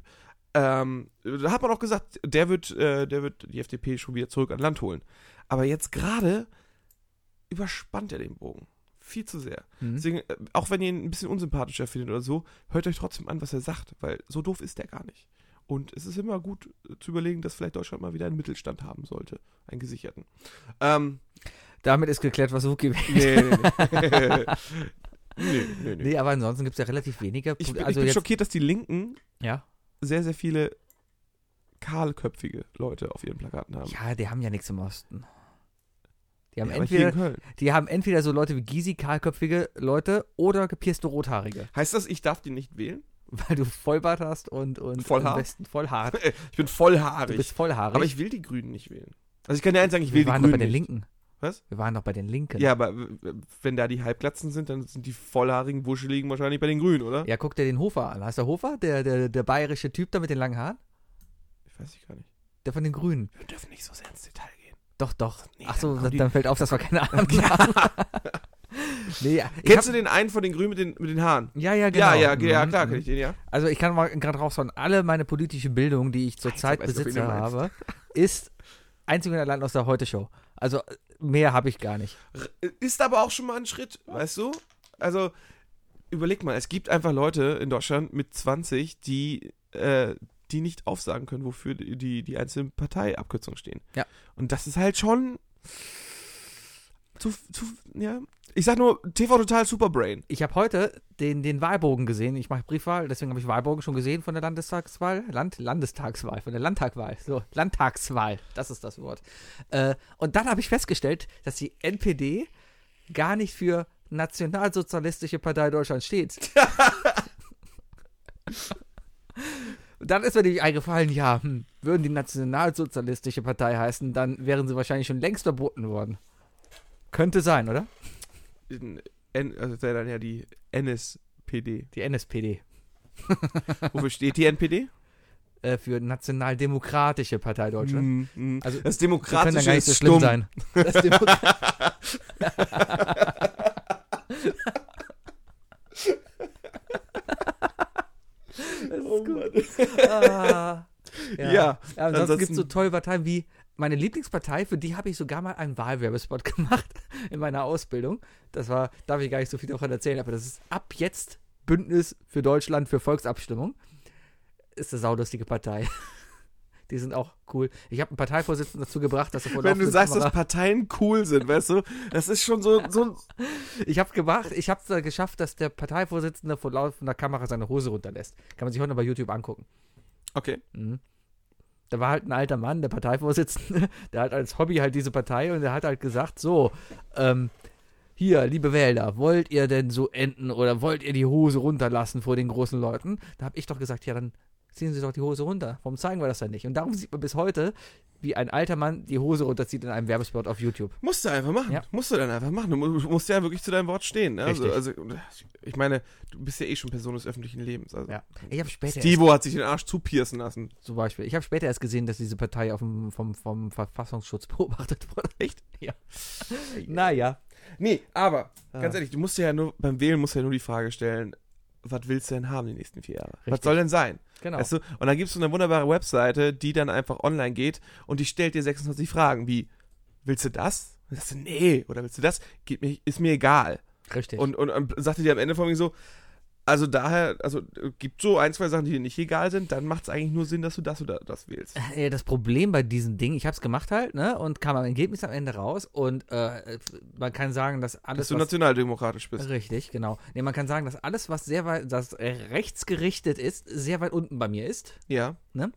Speaker 3: Ähm, da hat man auch gesagt, der wird, äh, der wird die FDP schon wieder zurück an Land holen. Aber jetzt gerade überspannt er den Bogen. Viel zu sehr.
Speaker 2: Mhm.
Speaker 3: Deswegen, äh, auch wenn ihr ihn ein bisschen unsympathischer findet oder so, hört euch trotzdem an, was er sagt, weil so doof ist er gar nicht. Und es ist immer gut äh, zu überlegen, dass vielleicht Deutschland mal wieder einen Mittelstand haben sollte. Einen gesicherten.
Speaker 2: [laughs]
Speaker 3: Ähm,
Speaker 2: Damit ist geklärt, was Wookie will.
Speaker 3: [laughs]
Speaker 2: [laughs]
Speaker 3: nee, nee, nee. [laughs] nee, nee, nee.
Speaker 2: Nee, aber ansonsten gibt es ja relativ weniger.
Speaker 3: Ich,
Speaker 2: Poli-
Speaker 3: bin- ich
Speaker 2: also
Speaker 3: bin
Speaker 2: jetzt,
Speaker 3: schockiert, dass die Linken
Speaker 2: ja.
Speaker 3: sehr, sehr viele kahlköpfige Leute auf ihren Plakaten haben.
Speaker 2: ja, die haben ja nichts im Osten. Die haben,
Speaker 3: Ähm. Ja, aber hier
Speaker 2: entweder,
Speaker 3: in Köln.
Speaker 2: die haben entweder so Leute wie Gysi, kahlköpfige Leute oder gepierste Rothaarige. [laughs]
Speaker 3: Heißt das, ich darf die nicht wählen?
Speaker 2: Weil du Vollbart hast und, und
Speaker 3: Vollhaar?
Speaker 2: am besten Vollhaar.
Speaker 3: Ich
Speaker 2: Du
Speaker 3: bin vollhaarig.
Speaker 2: bist vollhaarig.
Speaker 3: aber ich will die Grünen nicht wählen. Also ich kann dir eins sagen, ich will
Speaker 2: Wir
Speaker 3: die
Speaker 2: waren doch
Speaker 3: Grünen
Speaker 2: bei den
Speaker 3: nicht.
Speaker 2: Linken.
Speaker 3: Was?
Speaker 2: Wir waren doch bei den Linken.
Speaker 3: Ja, aber w- w- wenn da die Halbglatzen sind, dann sind die vollhaarigen Wuscheligen wahrscheinlich bei den Grünen, oder?
Speaker 2: Ja, guck dir den Hofer an. Heißt der Hofer? Der, der, der bayerische Typ da mit den langen Haaren?
Speaker 3: Ich weiß ich gar nicht.
Speaker 2: Der von den Grünen.
Speaker 3: Wir dürfen nicht so sehr ins Detail gehen.
Speaker 2: Doch, doch.
Speaker 3: Nee,
Speaker 2: Ach so,
Speaker 3: dann
Speaker 2: dann,
Speaker 3: die-
Speaker 2: dann fällt auf, dass wir
Speaker 3: [laughs]
Speaker 2: keine Ahnung haben. nee, ja, ich
Speaker 3: Kennst
Speaker 2: hab,
Speaker 3: du den einen von den Grünen mit den, mit den Haaren?
Speaker 2: ja, ja, genau.
Speaker 3: Ja, ja, ge- ja,
Speaker 2: Mhm,
Speaker 3: klar,
Speaker 2: mhm.
Speaker 3: kenn ich den, ja.
Speaker 2: Also ich kann mal gerade raushauen, alle meine politische Bildung, die ich
Speaker 3: Jetzt
Speaker 2: zurzeit
Speaker 3: weiß ich, ob du ihn
Speaker 2: besitze,
Speaker 3: meinst.
Speaker 2: habe, ist einzig und allein aus der Heute-Show. Also äh, mehr habe ich gar nicht.
Speaker 3: R- Ist aber auch schon mal ein Schritt, weißt du? Also, überleg mal, es gibt einfach Leute in Deutschland mit 20, die, äh, die nicht aufsagen können, wofür die, die, die einzelnen Parteiabkürzungen stehen.
Speaker 2: Ja.
Speaker 3: Und das ist halt schon zu, zu, ja. Ich sag nur, TV Total Superbrain.
Speaker 2: Ich habe heute den, den Wahlbogen gesehen. Ich mache Briefwahl, deswegen habe ich Wahlbogen schon gesehen von der Landestagswahl. Land, Landestagswahl, von der Landtagwahl. So, Landtagswahl, das ist das Wort. Äh, und dann habe ich festgestellt, dass die NPD gar nicht für Nationalsozialistische Partei Deutschland steht. Und Dann ist mir nämlich eingefallen, ja, hm, würden die Nationalsozialistische Partei heißen, dann wären sie wahrscheinlich schon längst verboten worden. Könnte sein, oder?
Speaker 3: In, N, also das wäre dann ja die NSPD.
Speaker 2: Die NSPD.
Speaker 3: Wofür steht die NPD?
Speaker 2: äh, für Nationaldemokratische Partei Deutschland.
Speaker 3: Mm, mm.
Speaker 2: Also,
Speaker 3: das
Speaker 2: Das kann dann
Speaker 3: Demokratische
Speaker 2: gar nicht so
Speaker 3: ist
Speaker 2: schlimm
Speaker 3: stumm.
Speaker 2: sein.
Speaker 3: [laughs]
Speaker 2: Das Demo-
Speaker 3: Oh Mann.
Speaker 2: ah,
Speaker 3: Ja,
Speaker 2: ja ansonsten
Speaker 3: ansonsten-
Speaker 2: gibt es so tolle Parteien wie meine Lieblingspartei, für die habe ich sogar mal einen Wahlwerbespot [laughs] gemacht in meiner Ausbildung. Das war, darf ich gar nicht so viel davon erzählen, aber das ist ab jetzt Bündnis für Deutschland für Volksabstimmung. Ist eine saulustige Partei. [laughs] Die sind auch cool. Ich habe einen Parteivorsitzenden dazu gebracht, dass er vor
Speaker 3: Wenn du
Speaker 2: laufender
Speaker 3: sagst,
Speaker 2: Kamera-
Speaker 3: dass Parteien cool sind, weißt du, das ist schon so, so
Speaker 2: Ich habe gemacht, ich habe es geschafft, dass der Parteivorsitzende vor laufender Kamera seine Hose runterlässt. Kann man sich heute noch bei YouTube angucken.
Speaker 3: Okay.
Speaker 2: Mhm. Da war halt ein alter Mann, der Parteivorsitzende, [laughs] der hat als Hobby halt diese Partei und der hat halt gesagt, so, ähm, hier, liebe Wähler, wollt ihr denn so enden oder wollt ihr die Hose runterlassen vor den großen Leuten? Da habe ich doch gesagt, ja, dann ziehen Sie doch die Hose runter. Warum zeigen wir das dann nicht? Und darum sieht man bis heute, wie ein alter Mann die Hose runterzieht in einem Werbespot auf YouTube.
Speaker 3: Musst du einfach machen.
Speaker 2: Ja.
Speaker 3: Musst du dann einfach machen. Du mu- musst ja wirklich zu deinem Wort stehen. Ne? Also,
Speaker 2: Richtig.
Speaker 3: also, ich meine, du bist ja eh schon Person des öffentlichen Lebens. Also.
Speaker 2: Ja. Ich habe später erst
Speaker 3: Stivo hat sich den Arsch zupiercen lassen.
Speaker 2: Zum Beispiel. Ich habe später erst gesehen, dass diese Partei auf dem, vom, vom Verfassungsschutz [laughs] beobachtet wurde. Echt? Ja. Naja.
Speaker 3: Nee, aber, ganz
Speaker 2: Ah.
Speaker 3: ehrlich, du musst dir ja nur, beim Wählen musst du ja nur die Frage stellen, was willst du denn haben die nächsten vier Jahre? Was
Speaker 2: Richtig.
Speaker 3: soll denn sein?
Speaker 2: Genau.
Speaker 3: Weißt du? Und dann gibt es so eine wunderbare Webseite, die dann einfach online geht und die stellt dir 26 Fragen wie, willst du das? Und sagst du, nee, oder willst du das? Geht mir, ist mir egal.
Speaker 2: Richtig.
Speaker 3: Und, und, und sagte dir am Ende von mir so, also daher, also äh, gibt so ein, zwei Sachen, die dir nicht egal sind, dann macht es eigentlich nur Sinn, dass du das oder das wählst.
Speaker 2: Äh, das Problem bei diesem Ding, ich habe es gemacht halt, ne, und kam am Ergebnis am Ende raus und äh, man kann sagen, dass
Speaker 3: Dass
Speaker 2: alles
Speaker 3: du
Speaker 2: was-
Speaker 3: nationaldemokratisch bist.
Speaker 2: richtig, genau. Nee, man kann sagen, dass alles was sehr weit das äh, rechtsgerichtet ist, sehr weit unten bei mir ist. ne?
Speaker 3: Ja.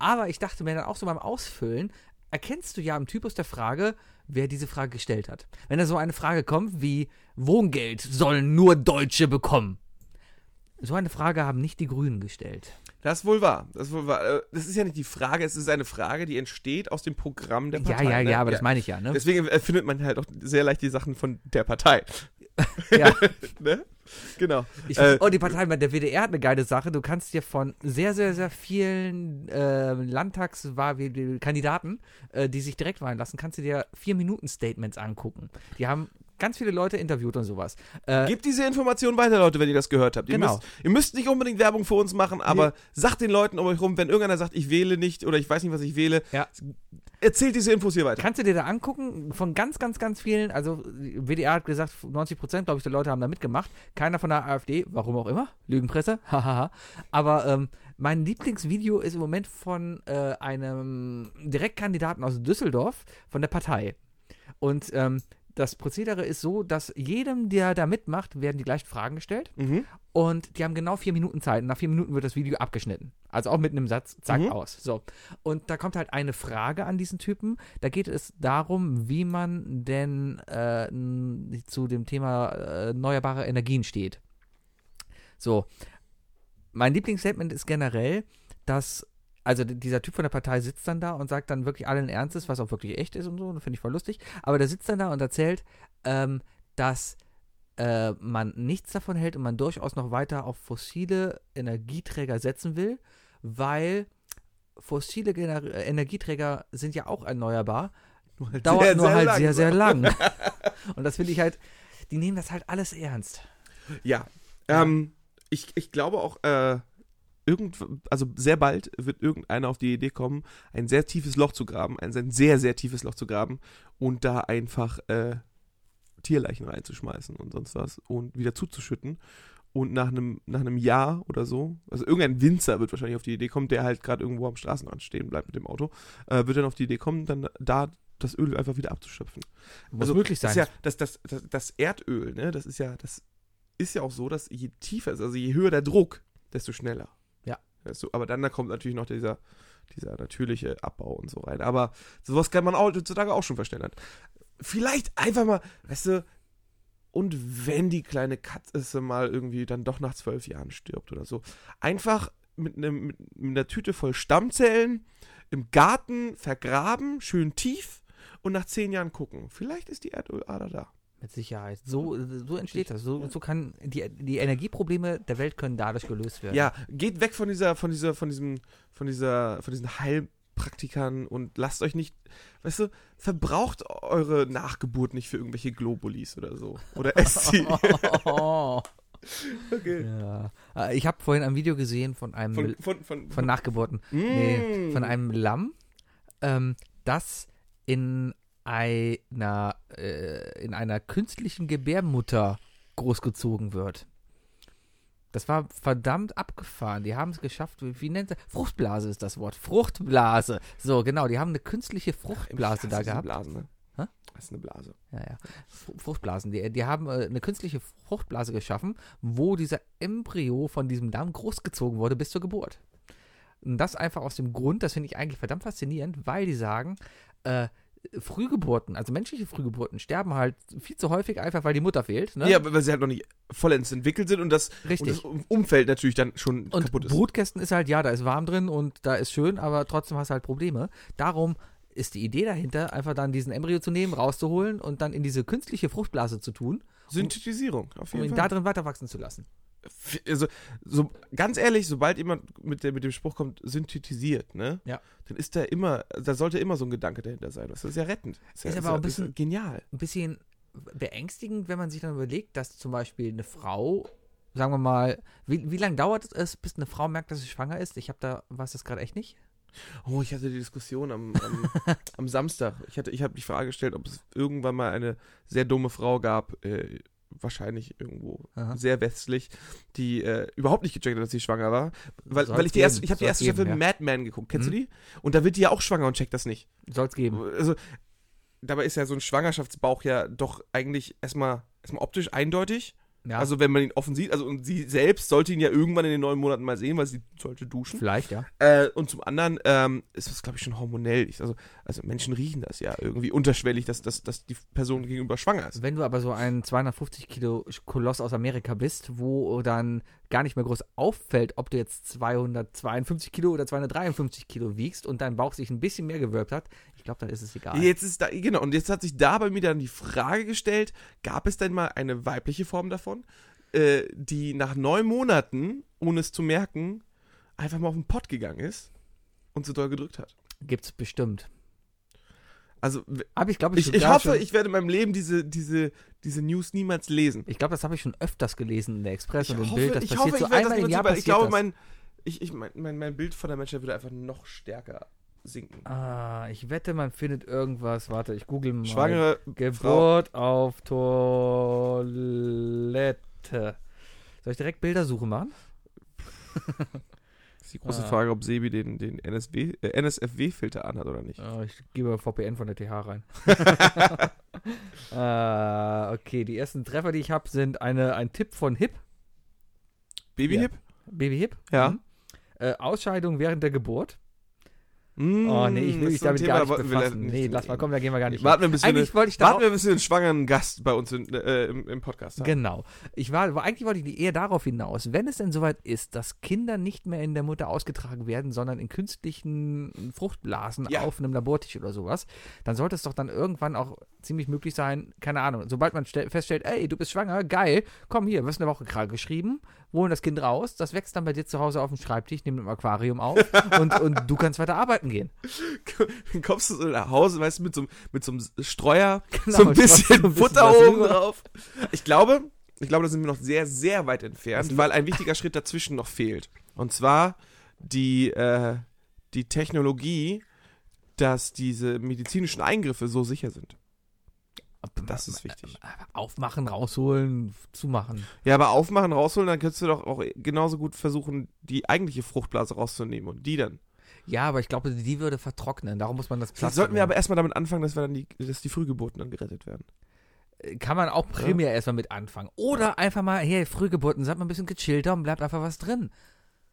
Speaker 2: Aber ich dachte mir dann auch so beim Ausfüllen, erkennst du ja am Typus der Frage, wer diese Frage gestellt hat. Wenn da so eine Frage kommt wie Wohngeld sollen nur Deutsche bekommen, So eine Frage haben nicht die Grünen gestellt.
Speaker 3: Das ist wohl wahr. Das ist wohl wahr. Äh, Das ist ja nicht die Frage, es ist eine Frage, die entsteht aus dem Programm der
Speaker 2: Ja,
Speaker 3: Partei.
Speaker 2: ja,
Speaker 3: ne?
Speaker 2: ja, aber das meine ich ja, ne?
Speaker 3: Deswegen äh, findet man halt auch sehr leicht die Sachen von der Partei. [laughs]
Speaker 2: Ja.
Speaker 3: ne? Genau.
Speaker 2: Ich,
Speaker 3: Äh,
Speaker 2: oh, die Partei der WDR hat eine geile Sache. Du kannst dir von sehr, sehr, sehr vielen äh, Landtagskandidaten, äh, die sich direkt wählen lassen, kannst du dir vier Minuten Statements angucken. Die haben ganz viele Leute interviewt und sowas. Äh,
Speaker 3: Gebt diese Information weiter, Leute, wenn ihr das gehört habt. Ihr,
Speaker 2: Genau.
Speaker 3: müsst, ihr müsst nicht unbedingt Werbung für uns machen, aber sagt den Leuten um euch rum, wenn irgendeiner sagt, ich wähle nicht oder ich weiß nicht, was ich wähle,
Speaker 2: Ja.
Speaker 3: erzählt diese Infos hier weiter.
Speaker 2: Kannst du dir da angucken, von ganz, ganz, ganz vielen, also WDR hat gesagt, 90 Prozent, glaube ich, der Leute haben da mitgemacht. Keiner von der AfD, warum auch immer, Lügenpresse, [laughs] hahaha. Aber ähm, mein Lieblingsvideo ist im Moment von äh, einem Direktkandidaten aus Düsseldorf von der Partei. Und ähm, das Prozedere ist so, dass jedem, der da mitmacht, werden die gleichen Fragen gestellt.
Speaker 3: Mhm.
Speaker 2: Und die haben genau vier Minuten Zeit. Und nach vier Minuten wird das Video abgeschnitten. Also auch mit einem Satz, zack,
Speaker 3: Mhm.
Speaker 2: aus. So. Und da kommt halt eine Frage an diesen Typen. Da geht es darum, wie man denn äh, n- zu dem Thema äh, erneuerbare Energien steht. So. Mein Lieblingsstatement ist generell, dass. Also d- dieser Typ von der Partei sitzt dann da und sagt dann wirklich allen Ernstes, was auch wirklich echt ist und so, finde ich voll lustig. Aber der sitzt dann da und erzählt, ähm, dass äh, man nichts davon hält und man durchaus noch weiter auf fossile Energieträger setzen will, weil fossile Gener äh, Energieträger sind ja auch erneuerbar, dauert nur halt sehr, sehr lang. [laughs] und das finde ich halt, die nehmen das halt alles ernst.
Speaker 3: Ja. Ähm, ich, ich glaube auch, äh, irgend, also sehr bald wird irgendeiner auf die Idee kommen, ein sehr tiefes Loch zu graben, ein sehr, sehr, sehr tiefes Loch zu graben und da einfach äh, Tierleichen reinzuschmeißen und sonst was und wieder zuzuschütten. Und nach einem, nach einem Jahr oder so, also irgendein Winzer wird wahrscheinlich auf die Idee kommen, der halt gerade irgendwo am Straßenrand stehen bleibt mit dem Auto, äh, wird dann auf die Idee kommen, dann da das Öl einfach wieder abzuschöpfen.
Speaker 2: Muss
Speaker 3: Also,
Speaker 2: möglich
Speaker 3: Das,
Speaker 2: sein.
Speaker 3: ist ja, das, das, das, das Erdöl, ne, das ist ja, das ist ja auch so, dass je tiefer es ist, also je höher der Druck, desto schneller.
Speaker 2: Ja.
Speaker 3: Desto, aber dann da kommt natürlich noch dieser, dieser natürliche Abbau und so rein. Aber sowas kann man auch, heutzutage auch schon verschnellern. Vielleicht einfach mal, weißt du, und wenn die kleine Katze mal irgendwie dann doch nach zwölf Jahren stirbt oder so, einfach mit, einem, mit einer Tüte voll Stammzellen im Garten vergraben, schön tief und nach zehn Jahren gucken. Vielleicht ist die Erdölader da.
Speaker 2: Mit Sicherheit. So, so entsteht das. So, so kann die, die Energieprobleme der Welt können dadurch gelöst [laughs] werden.
Speaker 3: Ja, geht weg von dieser, von dieser, von diesem, von dieser, von diesen Heilpraktikern und lasst euch nicht, weißt du, verbraucht eure Nachgeburt nicht für irgendwelche Globulis oder so. [laughs] Oder esst sie. Okay.
Speaker 2: ja. Äh, Ich habe vorhin ein Video gesehen von einem
Speaker 3: Von, Hm. von, von, mm.
Speaker 2: von Nachgeburten. Nee, von einem Lamm, ähm, das in einer, äh, in einer künstlichen Gebärmutter großgezogen wird. Das war verdammt abgefahren. Die haben es geschafft. Wie, wie nennt das? Fruchtblase ist das Wort. Fruchtblase. So, genau. Die haben eine künstliche Fruchtblase da gehabt.
Speaker 3: Das ist eine Blase,
Speaker 2: Hä?
Speaker 3: ne? Das ist eine Blase.
Speaker 2: Ja, ja. Fr- Fruchtblasen. Die, die haben äh, eine künstliche Fruchtblase geschaffen, wo dieser Embryo von diesem Darm großgezogen wurde bis zur Geburt. Und das einfach aus dem Grund, das finde ich eigentlich verdammt faszinierend, weil die sagen, äh, Frühgeburten, also menschliche Frühgeburten, sterben halt viel zu häufig einfach, weil die Mutter fehlt. Ne?
Speaker 3: Ja, aber weil sie halt noch nicht vollends entwickelt sind und das, und das
Speaker 2: Richtig.
Speaker 3: Um- Umfeld natürlich dann schon
Speaker 2: Und
Speaker 3: kaputt ist.
Speaker 2: Brutkästen ist halt, ja, da ist warm drin und da ist schön, aber trotzdem hast du halt Probleme. Darum ist die Idee dahinter, einfach dann diesen Embryo zu nehmen, rauszuholen und dann in diese künstliche Fruchtblase zu tun,
Speaker 3: Synthetisierung, auf
Speaker 2: um
Speaker 3: jeden
Speaker 2: ihn da
Speaker 3: Fall.
Speaker 2: drin weiter wachsen zu lassen.
Speaker 3: Also, so, ganz ehrlich, sobald jemand mit, der, mit dem Spruch kommt, synthetisiert, ne?
Speaker 2: Ja.
Speaker 3: Dann ist da immer, da sollte immer so ein Gedanke dahinter sein. Das ist ja rettend. ja,
Speaker 2: Ist aber auch ein
Speaker 3: ja, ist ja
Speaker 2: bisschen-
Speaker 3: genial.
Speaker 2: ein bisschen beängstigend, wenn man sich dann überlegt, dass zum Beispiel eine Frau, sagen wir mal, wie, wie lange dauert es, bis eine Frau merkt, dass sie schwanger ist? Ich habe da, weiß das gerade echt nicht.
Speaker 3: Oh, ich hatte die Diskussion am,
Speaker 2: [laughs]
Speaker 3: am, am Samstag. Ich, hatte- ich habe die Frage gestellt, ob es irgendwann mal eine sehr dumme Frau gab, äh, wahrscheinlich irgendwo
Speaker 2: Aha.
Speaker 3: sehr westlich, die äh, überhaupt nicht gecheckt hat, dass sie schwanger war. Weil,
Speaker 2: Soll's
Speaker 3: weil ich die erste,
Speaker 2: geben.
Speaker 3: ich habe die
Speaker 2: Soll's
Speaker 3: erste
Speaker 2: geben,
Speaker 3: Staffel
Speaker 2: ja.
Speaker 3: Mad Men geguckt. Kennst
Speaker 2: Mhm.
Speaker 3: du die? Und da wird die ja auch schwanger und checkt das nicht.
Speaker 2: Soll es geben.
Speaker 3: Also, dabei ist ja so ein Schwangerschaftsbauch ja doch eigentlich erstmal, erstmal optisch eindeutig.
Speaker 2: Ja,
Speaker 3: Also, wenn man ihn offen sieht, also und sie selbst sollte ihn ja irgendwann in den neun Monaten mal sehen, weil sie sollte duschen.
Speaker 2: vielleicht, ja.
Speaker 3: Äh, und zum anderen ähm, ist das, glaube ich, schon hormonell. Ich, also, also Menschen riechen das ja irgendwie unterschwellig, dass, dass, dass die Person gegenüber schwanger ist.
Speaker 2: Wenn du aber so ein 250 Kilo Koloss aus Amerika bist, wo dann gar nicht mehr groß auffällt, ob du jetzt 252 Kilo oder 253 Kilo wiegst und dein Bauch sich ein bisschen mehr gewölbt hat, ich glaube, dann ist es egal.
Speaker 3: Jetzt ist da, genau, und jetzt hat sich da bei mir dann die Frage gestellt, gab es denn mal eine weibliche Form davon, äh, die nach neun Monaten, ohne es zu merken, einfach mal auf den Pott gegangen ist und so doll gedrückt hat?
Speaker 2: Gibt's bestimmt.
Speaker 3: Also, w-
Speaker 2: Aber ich glaube,
Speaker 3: ich, ich
Speaker 2: sogar
Speaker 3: hoffe,
Speaker 2: schon-
Speaker 3: ich werde in meinem Leben diese, diese, diese News niemals lesen.
Speaker 2: Ich glaube, das habe ich schon öfters gelesen in der Express
Speaker 3: Ich
Speaker 2: und im
Speaker 3: hoffe,
Speaker 2: Bild. Das
Speaker 3: ich
Speaker 2: passiert
Speaker 3: hoffe,
Speaker 2: so
Speaker 3: ich werde
Speaker 2: einmal
Speaker 3: das
Speaker 2: im
Speaker 3: niemals
Speaker 2: Jahr.
Speaker 3: über-
Speaker 2: Passiert
Speaker 3: Ich glaube,
Speaker 2: das.
Speaker 3: mein, ich, ich, mein, mein, mein Bild von der Menschheit würde einfach noch stärker sinken.
Speaker 2: Ah, ich wette, man findet irgendwas. Warte, ich google mal.
Speaker 3: Schwangere
Speaker 2: Geburt auf Toilette. Soll ich direkt Bildersuche machen?
Speaker 3: ist die große
Speaker 2: Ah.
Speaker 3: Frage, ob Sebi den, den NSW, äh, NSFW-Filter anhat oder nicht.
Speaker 2: Äh, ich gebe VPN von der TH
Speaker 3: [laughs]
Speaker 2: rein. [laughs] äh, okay, die ersten Treffer, die ich habe, sind eine, ein Tipp von Hip,
Speaker 3: Babyhip?
Speaker 2: Baby Hip.
Speaker 3: Ja.
Speaker 2: Mhm. Äh, Ausscheidung während der Geburt.
Speaker 3: Mm,
Speaker 2: Oh nee, ich will
Speaker 3: ist
Speaker 2: mich
Speaker 3: so ein
Speaker 2: damit
Speaker 3: Thema,
Speaker 2: gar nicht
Speaker 3: aber will er
Speaker 2: befassen.
Speaker 3: nicht
Speaker 2: Nee, lass mal
Speaker 3: reden.
Speaker 2: kommen, da gehen wir gar nicht.
Speaker 3: Warten wir, bis wir, eine,
Speaker 2: Eigentlich wollte ich darauf
Speaker 3: warten wir, bis wir einen schwangeren Gast bei uns in, äh, im, im Podcast haben.
Speaker 2: Genau. Ich war, war- eigentlich wollte ich eher darauf hinaus, wenn es denn soweit ist, dass Kinder nicht mehr in der Mutter ausgetragen werden, sondern in künstlichen Fruchtblasen
Speaker 3: Ja.
Speaker 2: auf einem Labortisch oder sowas, dann sollte es doch dann irgendwann auch ziemlich möglich sein, keine Ahnung, sobald man stell- feststellt, ey, du bist schwanger, geil, komm hier, wirst eine Woche krank geschrieben, holen das Kind raus, das wächst dann bei dir zu Hause auf dem Schreibtisch, nimm im Aquarium
Speaker 3: [laughs]
Speaker 2: auf und, und du kannst weiter arbeiten gehen.
Speaker 3: Dann [laughs] kommst du so nach Hause, weißt du, mit so, einem- mit so einem Streuer,
Speaker 2: Genau,
Speaker 3: so ein
Speaker 2: und schmeißt
Speaker 3: bisschen
Speaker 2: so ein bisschen
Speaker 3: Butter
Speaker 2: was
Speaker 3: oben
Speaker 2: rüber.
Speaker 3: drauf. Ich glaube, ich glaube, da sind wir noch sehr, sehr weit entfernt, weil ein wichtiger Schritt dazwischen noch fehlt. Und zwar die, äh, die Technologie, dass diese medizinischen Eingriffe so sicher sind. Das ist wichtig.
Speaker 2: Aufmachen, rausholen, zumachen.
Speaker 3: Ja, aber aufmachen, rausholen, dann könntest du doch auch genauso gut versuchen, die eigentliche Fruchtblase rauszunehmen und die dann.
Speaker 2: Ja, aber ich glaube, die würde vertrocknen. Darum muss man das
Speaker 3: Vielleicht
Speaker 2: Plastik
Speaker 3: sollten wir
Speaker 2: nehmen.
Speaker 3: aber erstmal damit anfangen, dass wir dann die, dass die Frühgeburten dann gerettet werden.
Speaker 2: kann man auch primär erstmal mit anfangen. Oder einfach mal, hey, Frühgeburten, seid mal ein bisschen gechillter und bleibt einfach was drin.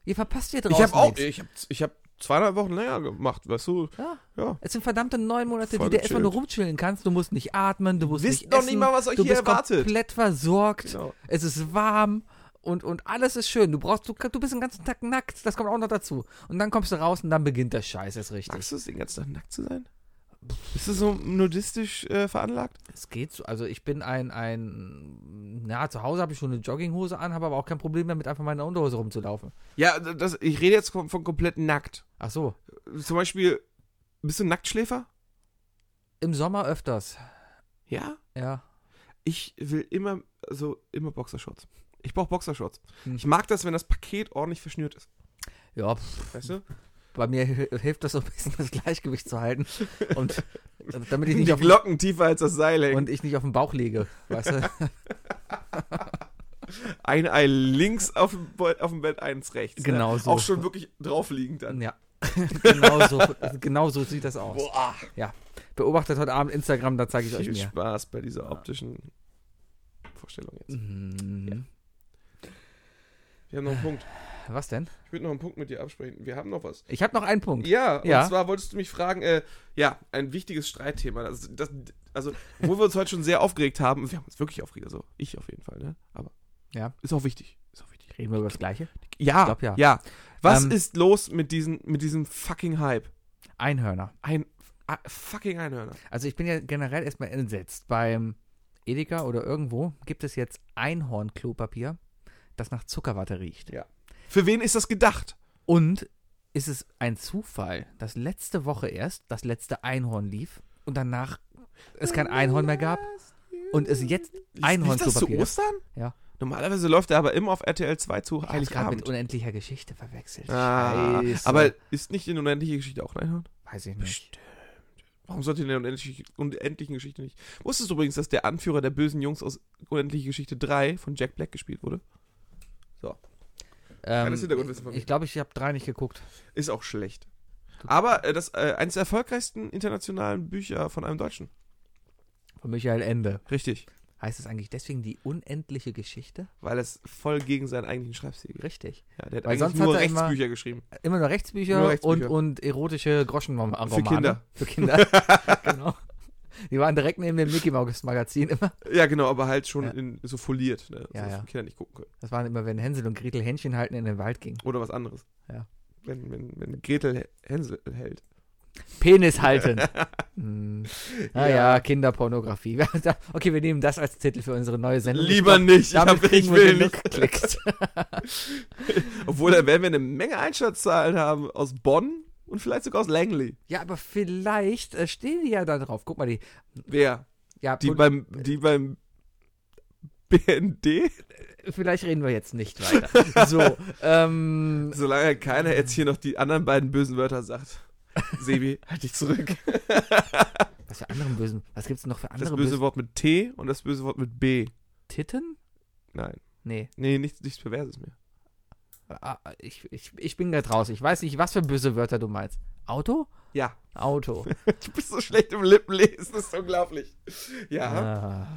Speaker 2: Ihr verpasst hier draußen
Speaker 3: ich habe auch,
Speaker 2: nichts.
Speaker 3: ich habe ich hab zweieinhalb Wochen länger gemacht, weißt du?
Speaker 2: Ja.
Speaker 3: Ja.
Speaker 2: Es sind verdammte neun Monate,
Speaker 3: Voll
Speaker 2: die du erstmal nur
Speaker 3: gechillt.
Speaker 2: rumchillen kannst. Du musst nicht atmen, du musst
Speaker 3: Wisst
Speaker 2: nicht
Speaker 3: noch
Speaker 2: essen.
Speaker 3: nicht mal, was euch
Speaker 2: du
Speaker 3: hier
Speaker 2: bist
Speaker 3: erwartet.
Speaker 2: komplett versorgt.
Speaker 3: Genau.
Speaker 2: Es ist warm und, und alles ist schön. Du brauchst, du, du bist den ganzen Tag nackt. Das kommt auch noch dazu. Und dann kommst du raus und dann beginnt der Scheiß erst richtig.
Speaker 3: Magst du es, den ganzen Tag nackt zu sein? Bist du so nudistisch äh, veranlagt?
Speaker 2: Es geht so. Also ich bin ein, ein, na, zu Hause habe ich schon eine Jogginghose an, habe aber auch kein Problem damit, einfach mal in der Unterhose rumzulaufen.
Speaker 3: Ja, das, ich rede jetzt von, von komplett nackt.
Speaker 2: Ach so.
Speaker 3: Zum Beispiel, bist du ein Nacktschläfer?
Speaker 2: Im Sommer öfters.
Speaker 3: Ja.
Speaker 2: Ja.
Speaker 3: Ich will immer, also immer Boxershorts. Ich brauche Boxershorts.
Speaker 2: Hm.
Speaker 3: Ich mag das, wenn das Paket ordentlich verschnürt ist.
Speaker 2: Ja, pf,
Speaker 3: Weißt du?
Speaker 2: bei mir h- hilft das so ein bisschen, [laughs] das Gleichgewicht zu halten. Und äh, damit ich
Speaker 3: Die
Speaker 2: nicht auf,
Speaker 3: Glocken tiefer als das Seil hängen.
Speaker 2: und ich nicht auf den Bauch lege. Weißt
Speaker 3: [laughs]
Speaker 2: du?
Speaker 3: ein Ei links auf dem, Bo- auf dem Bett, eins rechts.
Speaker 2: Genau
Speaker 3: ne?
Speaker 2: so.
Speaker 3: Auch schon wirklich drauf liegend dann.
Speaker 2: Ja. [laughs] genau, so, genau so sieht das aus.
Speaker 3: Boah.
Speaker 2: Beobachtet heute Abend Instagram, da zeige ich euch
Speaker 3: Viel
Speaker 2: mehr.
Speaker 3: Spaß bei dieser optischen Vorstellung jetzt.
Speaker 2: Mhm.
Speaker 3: Wir haben noch einen Punkt.
Speaker 2: Was denn?
Speaker 3: Ich würde noch einen Punkt mit dir absprechen. Wir haben noch was.
Speaker 2: Ich habe noch einen Punkt.
Speaker 3: Ja,
Speaker 2: Ja.
Speaker 3: und zwar wolltest du mich fragen, äh, ja, ein wichtiges Streitthema. Das, das, also, wo wir uns heute schon sehr aufgeregt haben, wir haben uns wirklich aufgeregt, also ich auf jeden Fall, ne? Aber
Speaker 2: Ja.
Speaker 3: ist auch wichtig. Ist auch wichtig.
Speaker 2: Reden wir über das Gleiche?
Speaker 3: Ja,
Speaker 2: glaub, ja.
Speaker 3: ja. Was
Speaker 2: Ähm,
Speaker 3: ist los mit, diesen, mit diesem fucking Hype?
Speaker 2: Einhörner.
Speaker 3: Ein a, fucking Einhörner.
Speaker 2: Also ich bin ja generell erstmal entsetzt. Beim Edeka oder irgendwo gibt es jetzt Einhorn-Klopapier, das nach Zuckerwatte riecht.
Speaker 3: Für wen ist das gedacht?
Speaker 2: Und ist es ein Zufall, dass letzte Woche erst das letzte Einhorn lief und danach es kein Einhorn mehr gab und es jetzt Einhorn
Speaker 3: Ist das zu
Speaker 2: Klopapier.
Speaker 3: Ostern?
Speaker 2: Ja.
Speaker 3: Normalerweise läuft er aber immer auf RTL 2 zu
Speaker 2: Ich hab's gerade mit
Speaker 3: Heiligabend.
Speaker 2: unendlicher Geschichte verwechselt.
Speaker 3: Ah,
Speaker 2: Scheiße.
Speaker 3: aber ist nicht in unendliche Geschichte auch ein Einhorn?
Speaker 2: weiß ich nicht.
Speaker 3: Warum sollte in der unendlichen, unendlichen Geschichte nicht? Wusstest du übrigens, dass der Anführer der bösen Jungs aus Unendliche Geschichte 3 von Jack Black gespielt wurde? Kleines Hintergrundwissen von mir.
Speaker 2: Ähm, ich glaube, ich habe drei nicht geguckt.
Speaker 3: Ist auch schlecht. Aber äh, das äh, eines der erfolgreichsten internationalen Bücher von einem Deutschen.
Speaker 2: Von Michael Ende.
Speaker 3: Richtig.
Speaker 2: Heißt es eigentlich deswegen die unendliche Geschichte?
Speaker 3: Weil es voll gegen seinen eigentlichen Schreibstil geht.
Speaker 2: Richtig.
Speaker 3: Ja, der hat
Speaker 2: Weil sonst
Speaker 3: eigentlich
Speaker 2: hat
Speaker 3: nur
Speaker 2: er immer-
Speaker 3: Rechtsbücher geschrieben.
Speaker 2: Immer nur Rechtsbücher,
Speaker 3: Nur Rechtsbücher.
Speaker 2: Und, und erotische Groschenromane.
Speaker 3: Für Kinder.
Speaker 2: Für Kinder. [laughs] genau. Die waren direkt neben dem Mickey Mouse Magazin immer.
Speaker 3: Ja, genau, aber halt schon
Speaker 2: Ja.
Speaker 3: in, so foliert, ne?
Speaker 2: Ja,
Speaker 3: so, dass
Speaker 2: ja.
Speaker 3: die Kinder nicht gucken können.
Speaker 2: Das waren immer, wenn Hänsel und Gretel Händchen halten in den Wald gingen.
Speaker 3: Oder was anderes.
Speaker 2: Ja.
Speaker 3: Wenn, wenn, wenn Gretel Hänsel äh, hält.
Speaker 2: Penis halten.
Speaker 3: [laughs]
Speaker 2: hm. Naja,
Speaker 3: Ja.
Speaker 2: ja. Kinderpornografie. [laughs] okay, wir nehmen das als Titel für unsere neue Sendung.
Speaker 3: Lieber
Speaker 2: nicht.
Speaker 3: nicht, ich,
Speaker 2: Damit
Speaker 3: hab, ich
Speaker 2: kriegen wir
Speaker 3: will
Speaker 2: genug
Speaker 3: nicht. [laughs]
Speaker 2: Klicks.
Speaker 3: Obwohl, da werden wir eine Menge Einschaltzahlen haben aus Bonn und vielleicht sogar aus Langley.
Speaker 2: Ja, aber vielleicht äh, stehen die ja da drauf. Guck mal, die.
Speaker 3: Wer?
Speaker 2: Ja,
Speaker 3: Die
Speaker 2: und
Speaker 3: beim, die beim BND?
Speaker 2: vielleicht reden wir jetzt nicht
Speaker 3: [laughs]
Speaker 2: weiter. so, ähm,
Speaker 3: Solange keiner jetzt hier noch die anderen beiden bösen Wörter sagt.
Speaker 2: [laughs]
Speaker 3: Sebi, halt dich zurück.
Speaker 2: was für andere bösen. Was gibt's noch für
Speaker 3: Das
Speaker 2: andere
Speaker 3: böse
Speaker 2: böse
Speaker 3: Wort mit T und das böse Wort mit B.
Speaker 2: Titten?
Speaker 3: Nein.
Speaker 2: Nee.
Speaker 3: Nee, nichts, nichts Perverses mehr.
Speaker 2: Ah, Ich, ich, ich bin grad raus. Ich weiß nicht, was für böse Wörter du meinst. Auto?
Speaker 3: Ja.
Speaker 2: Auto.
Speaker 3: Du bist so schlecht im Lippenlesen, das ist unglaublich. [laughs] Ja.
Speaker 2: Ah.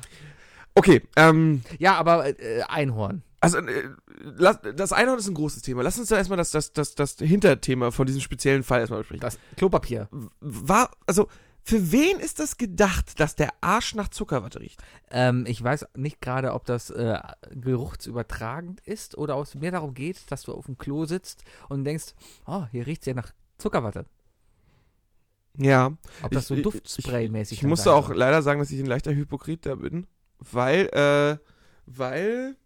Speaker 3: Okay, ähm,
Speaker 2: Ja, aber äh, Einhorn.
Speaker 3: also äh, lass, das Einhorn ist ein großes Thema. Lass uns da erstmal das, das, das, das Hinterthema von diesem speziellen Fall erstmal besprechen.
Speaker 2: Das Klopapier.
Speaker 3: War, also, für wen ist das gedacht, dass der Arsch nach Zuckerwatte riecht?
Speaker 2: Ähm, ich weiß nicht gerade, ob das äh, geruchsübertragend ist oder ob es mehr darum geht, dass du auf dem Klo sitzt und denkst, oh, hier riecht's ja nach Zuckerwatte.
Speaker 3: Ja.
Speaker 2: Ob das so
Speaker 3: Ich- ich-
Speaker 2: Duftspray-mäßig
Speaker 3: Ich
Speaker 2: dann
Speaker 3: musste
Speaker 2: sein
Speaker 3: auch
Speaker 2: soll.
Speaker 3: leider sagen, dass ich ein leichter Hypokrit da bin, weil, äh, weil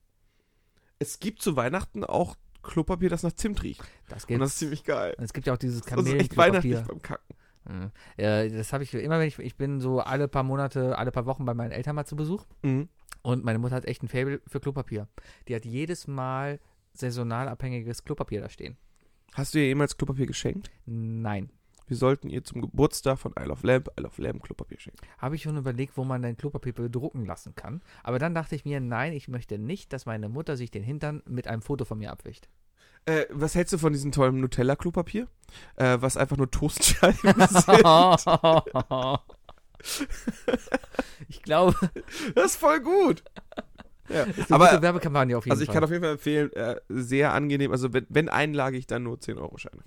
Speaker 3: es gibt zu Weihnachten auch Klopapier, das nach Zimt riecht.
Speaker 2: Das
Speaker 3: Und
Speaker 2: gibt's.
Speaker 3: das ist ziemlich geil.
Speaker 2: es gibt ja auch dieses
Speaker 3: Das ist echt weihnachtlich
Speaker 2: Kamelen-Klopapier.
Speaker 3: beim Kacken.
Speaker 2: Mhm. Äh, das habe ich immer, wenn ich, ich bin so alle paar Monate, alle paar Wochen bei meinen Eltern mal zu Besuch.
Speaker 3: Mhm.
Speaker 2: Und meine Mutter hat echt ein Faible für Klopapier. Die hat jedes Mal saisonal abhängiges Klopapier da stehen.
Speaker 3: Hast du ihr jemals Klopapier geschenkt?
Speaker 2: Nein.
Speaker 3: Wir sollten ihr zum Geburtstag von Isle of Lamp, Isle of Lamp Klopapier schenken.
Speaker 2: Habe ich schon überlegt, wo man dein Klopapier bedrucken lassen kann. Aber dann dachte ich mir, nein, ich möchte nicht, dass meine Mutter sich den Hintern mit einem Foto von mir
Speaker 3: [laughs]
Speaker 2: abwischt.
Speaker 3: Äh, was hältst du von diesem tollen Nutella-Klopapier? Äh, was einfach
Speaker 2: [laughs]
Speaker 3: nur Toastscheiben sind.
Speaker 2: ich glaube,
Speaker 3: Das ist voll gut. Ja.
Speaker 2: das ist eine gute
Speaker 3: Aber,
Speaker 2: Werbekampagne auf jeden
Speaker 3: also ich
Speaker 2: Fall.
Speaker 3: kann auf jeden Fall empfehlen, äh, sehr angenehm. Also, wenn, wenn einlage ich dann nur 10-Euro-Scheine. [laughs]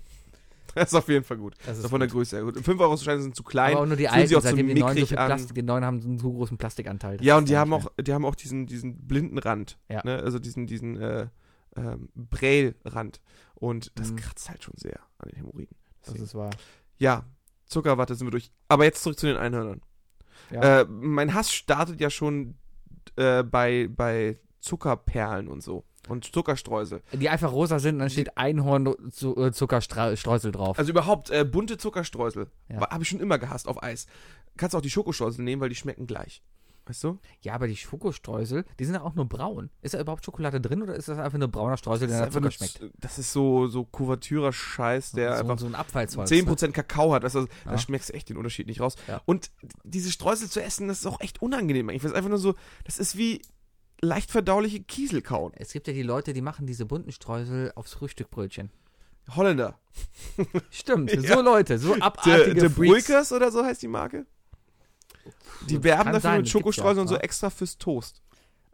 Speaker 3: Das ist auf jeden Fall gut.
Speaker 2: das
Speaker 3: Das
Speaker 2: ist
Speaker 3: ist von der
Speaker 2: gut.
Speaker 3: Größe her gut. 5-Euro-Scheine sind zu klein.
Speaker 2: Aber auch nur die
Speaker 3: fühlen sich
Speaker 2: alten,
Speaker 3: auch so
Speaker 2: seitdem die neuen, so
Speaker 3: mickrig
Speaker 2: viel
Speaker 3: an.
Speaker 2: Plastik, die neuen haben so einen so großen Plastikanteil. Das
Speaker 3: ja,
Speaker 2: ist
Speaker 3: und die
Speaker 2: dann
Speaker 3: haben,
Speaker 2: nicht
Speaker 3: auch, die haben auch diesen, diesen blinden Rand.
Speaker 2: Ja.
Speaker 3: Ne? Also diesen, diesen äh, ähm, Braille-Rand. Und das
Speaker 2: Mhm.
Speaker 3: kratzt halt schon sehr an den Hämorrhoiden.
Speaker 2: mehr. Das ist wahr.
Speaker 3: Ja, Zuckerwatte sind wir durch. Aber jetzt zurück zu den Einhörnern.
Speaker 2: Ja.
Speaker 3: Äh, mein Hass startet ja schon äh, bei, bei Zuckerperlen und so. Und Zuckerstreusel.
Speaker 2: Die einfach rosa sind und dann steht Einhorn zu, äh, Zuckerstreusel drauf.
Speaker 3: Also überhaupt äh, bunte Zuckerstreusel.
Speaker 2: Ja.
Speaker 3: Habe ich schon immer gehasst auf Eis. Kannst auch die Schokostreusel nehmen, weil die schmecken gleich. Weißt du?
Speaker 2: ja, aber die Schokostreusel, die sind ja auch nur braun. Ist da überhaupt Schokolade drin oder ist das einfach nur brauner Streusel, der nach
Speaker 3: einfach
Speaker 2: Zucker
Speaker 3: nur-
Speaker 2: schmeckt?
Speaker 3: das ist so, so Kuvertürer-Scheiß, der
Speaker 2: so,
Speaker 3: einfach
Speaker 2: so ein Abfallzeug.
Speaker 3: 10% Kakao hat, weißt du, also, da
Speaker 2: Ja.
Speaker 3: schmeckst du echt den Unterschied nicht raus.
Speaker 2: Ja.
Speaker 3: Und diese Streusel zu essen, das ist auch echt unangenehm. Ich weiß einfach nur so, das ist wie leicht verdauliche Kiesel kauen.
Speaker 2: Es gibt ja die Leute, die machen diese bunten Streusel aufs Frühstückbrötchen.
Speaker 3: Holländer.
Speaker 2: Stimmt,
Speaker 3: Ja.
Speaker 2: so Leute, so
Speaker 3: De,
Speaker 2: abartige
Speaker 3: de
Speaker 2: Ah, Freaks.
Speaker 3: Brulkers oder so heißt die Marke. Die
Speaker 2: Das
Speaker 3: werben
Speaker 2: kann
Speaker 3: dafür
Speaker 2: sein,
Speaker 3: mit
Speaker 2: das gibt's
Speaker 3: Schokostreusel
Speaker 2: auch,
Speaker 3: und so
Speaker 2: ja.
Speaker 3: extra fürs Toast.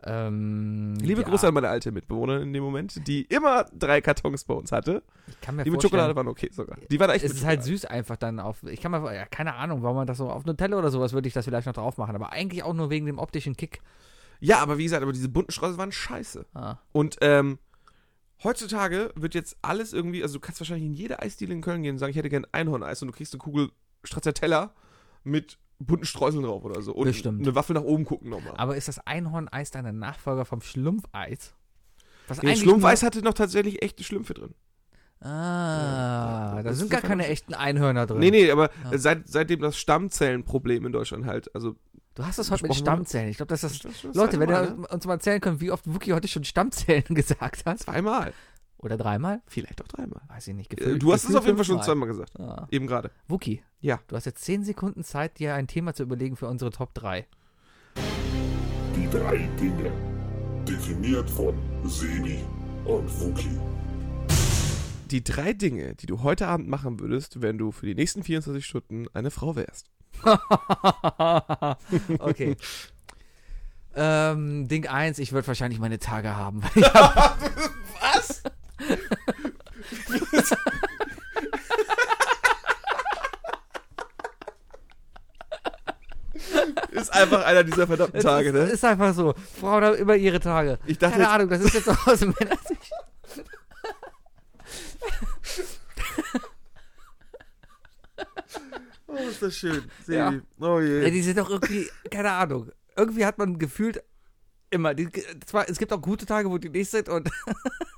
Speaker 2: Ähm,
Speaker 3: Liebe
Speaker 2: ja,
Speaker 3: Grüße an meine alte Mitbewohnerin in dem Moment, die immer drei Kartons bei uns hatte.
Speaker 2: Ich kann mir
Speaker 3: Die mit
Speaker 2: vorstellen,
Speaker 3: Schokolade waren okay sogar. Die war da echt
Speaker 2: Es
Speaker 3: mit
Speaker 2: ist halt
Speaker 3: Schokolade.
Speaker 2: süß einfach dann auf. Ich kann mal, ja, keine Ahnung, warum man das so auf Nutella oder sowas würde ich das vielleicht noch drauf machen, aber eigentlich auch nur wegen dem optischen Kick.
Speaker 3: Ja, aber wie gesagt, aber diese bunten Streusel waren scheiße.
Speaker 2: Ah.
Speaker 3: Und ähm, heutzutage wird jetzt alles irgendwie, also du kannst wahrscheinlich in jede Eisdiele in Köln gehen und sagen, ich hätte gern Einhorneis und du kriegst eine Kugel Stracciatella mit bunten Streuseln drauf oder so. Und
Speaker 2: Bestimmt.
Speaker 3: eine Waffel nach oben gucken nochmal.
Speaker 2: Aber ist das Einhorneis dann ein Nachfolger vom Schlumpfeis? Was
Speaker 3: Nee,
Speaker 2: eigentlich
Speaker 3: Schlumpfeis hatte noch tatsächlich echte Schlümpfe drin.
Speaker 2: Nur, ah,
Speaker 3: Ja,
Speaker 2: da
Speaker 3: das
Speaker 2: sind
Speaker 3: ist
Speaker 2: gar
Speaker 3: so
Speaker 2: keine
Speaker 3: vernünftig.
Speaker 2: echten Einhörner drin.
Speaker 3: Nee, nee, aber
Speaker 2: Ja.
Speaker 3: äh, seit, seitdem das Stammzellenproblem in Deutschland halt, also
Speaker 2: Du hast das heute mit
Speaker 3: Gesprochen wurde.
Speaker 2: Stammzellen. Ich glaube, dass das.
Speaker 3: das- das
Speaker 2: Leute, wenn
Speaker 3: zweimal,
Speaker 2: ihr
Speaker 3: ne?
Speaker 2: uns mal erzählen könnt, wie oft Wookie heute schon Stammzellen [laughs] gesagt hat.
Speaker 3: [laughs] zweimal,
Speaker 2: Oder dreimal?
Speaker 3: vielleicht auch dreimal.
Speaker 2: Weiß ich nicht.
Speaker 3: Äh,
Speaker 2: gefühlt-
Speaker 3: du hast es
Speaker 2: gefühlt
Speaker 3: auf jeden Fall schon
Speaker 2: fünfmal.
Speaker 3: zweimal gesagt,
Speaker 2: Ah.
Speaker 3: eben gerade.
Speaker 2: Wookie.
Speaker 3: Ja.
Speaker 2: Du hast jetzt 10 Sekunden Zeit, dir ein Thema zu überlegen für unsere Top
Speaker 3: [laughs]
Speaker 2: 3.
Speaker 4: Die drei Dinge. Definiert von Sebi und Fuki.
Speaker 3: Die drei Dinge, die du heute Abend machen würdest, wenn du für die nächsten 24 Stunden eine Frau wärst.
Speaker 2: okay. ähm, Ding 1, ich würde wahrscheinlich meine Tage
Speaker 3: [laughs]
Speaker 2: haben. Ich hab,
Speaker 3: Was? Ist einfach einer
Speaker 2: [laughs]
Speaker 3: dieser verdammten Tage,
Speaker 2: Das
Speaker 3: ne?
Speaker 2: ist einfach so. Frauen haben immer ihre Tage.
Speaker 3: Ich dachte
Speaker 2: Keine
Speaker 3: jetzt-
Speaker 2: Ahnung, das ist jetzt [laughs] auch aus dem Männersicht.
Speaker 3: Oh, ist das schön. Sebi.
Speaker 2: Ja.
Speaker 3: Oh
Speaker 2: Ja,
Speaker 3: je.
Speaker 2: die sind doch irgendwie, keine Ahnung. Irgendwie hat man gefühlt immer. Die, zwar, es gibt auch gute Tage, wo die nicht sind und.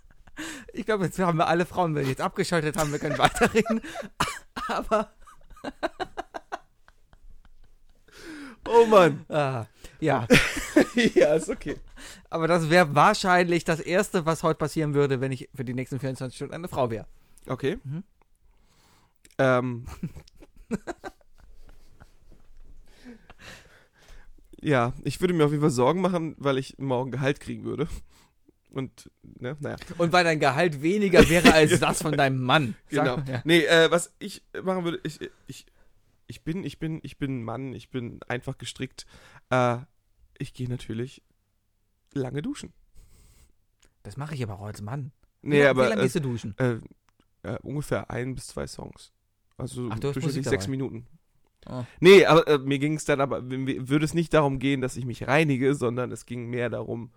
Speaker 2: [laughs] ich glaube, jetzt haben wir alle Frauen, wenn die jetzt abgeschaltet haben, wir können weiterreden. [laughs] Aber.
Speaker 3: Oh Mann.
Speaker 2: Ah, ja,
Speaker 3: ja, ist okay.
Speaker 2: aber das wäre wahrscheinlich das Erste, was heute passieren würde, wenn ich für die nächsten 24 Stunden eine Frau wäre.
Speaker 3: Okay.
Speaker 2: Mhm. [laughs]
Speaker 3: Ähm. ja, ich würde mir auf jeden Fall Sorgen machen, weil ich morgen Gehalt kriegen würde. Und, ne, naja.
Speaker 2: Und weil dein Gehalt weniger wäre
Speaker 3: [laughs]
Speaker 2: als das von deinem Mann.
Speaker 3: Genau.
Speaker 2: Sag- Ja.
Speaker 3: Nee, äh, was ich machen würde, ich, ich, ich bin, ich bin, ich bin ein Mann, ich bin einfach gestrickt. Äh, ich gehe natürlich lange duschen.
Speaker 2: Das mache ich aber auch als Mann.
Speaker 3: Nee,
Speaker 2: wie, lang- Wie
Speaker 3: aber
Speaker 2: lange
Speaker 3: äh,
Speaker 2: gehst du duschen?
Speaker 3: äh, äh, ungefähr ein bis zwei Songs. Also
Speaker 2: Ach, du hast
Speaker 3: durchschnittlich
Speaker 2: Musik
Speaker 3: sechs
Speaker 2: dabei.
Speaker 3: Minuten.
Speaker 2: Ah.
Speaker 3: Nee, aber äh, mir ging es dann aber, mir- mir würde es nicht darum gehen, dass ich mich reinige, sondern es ging mehr darum,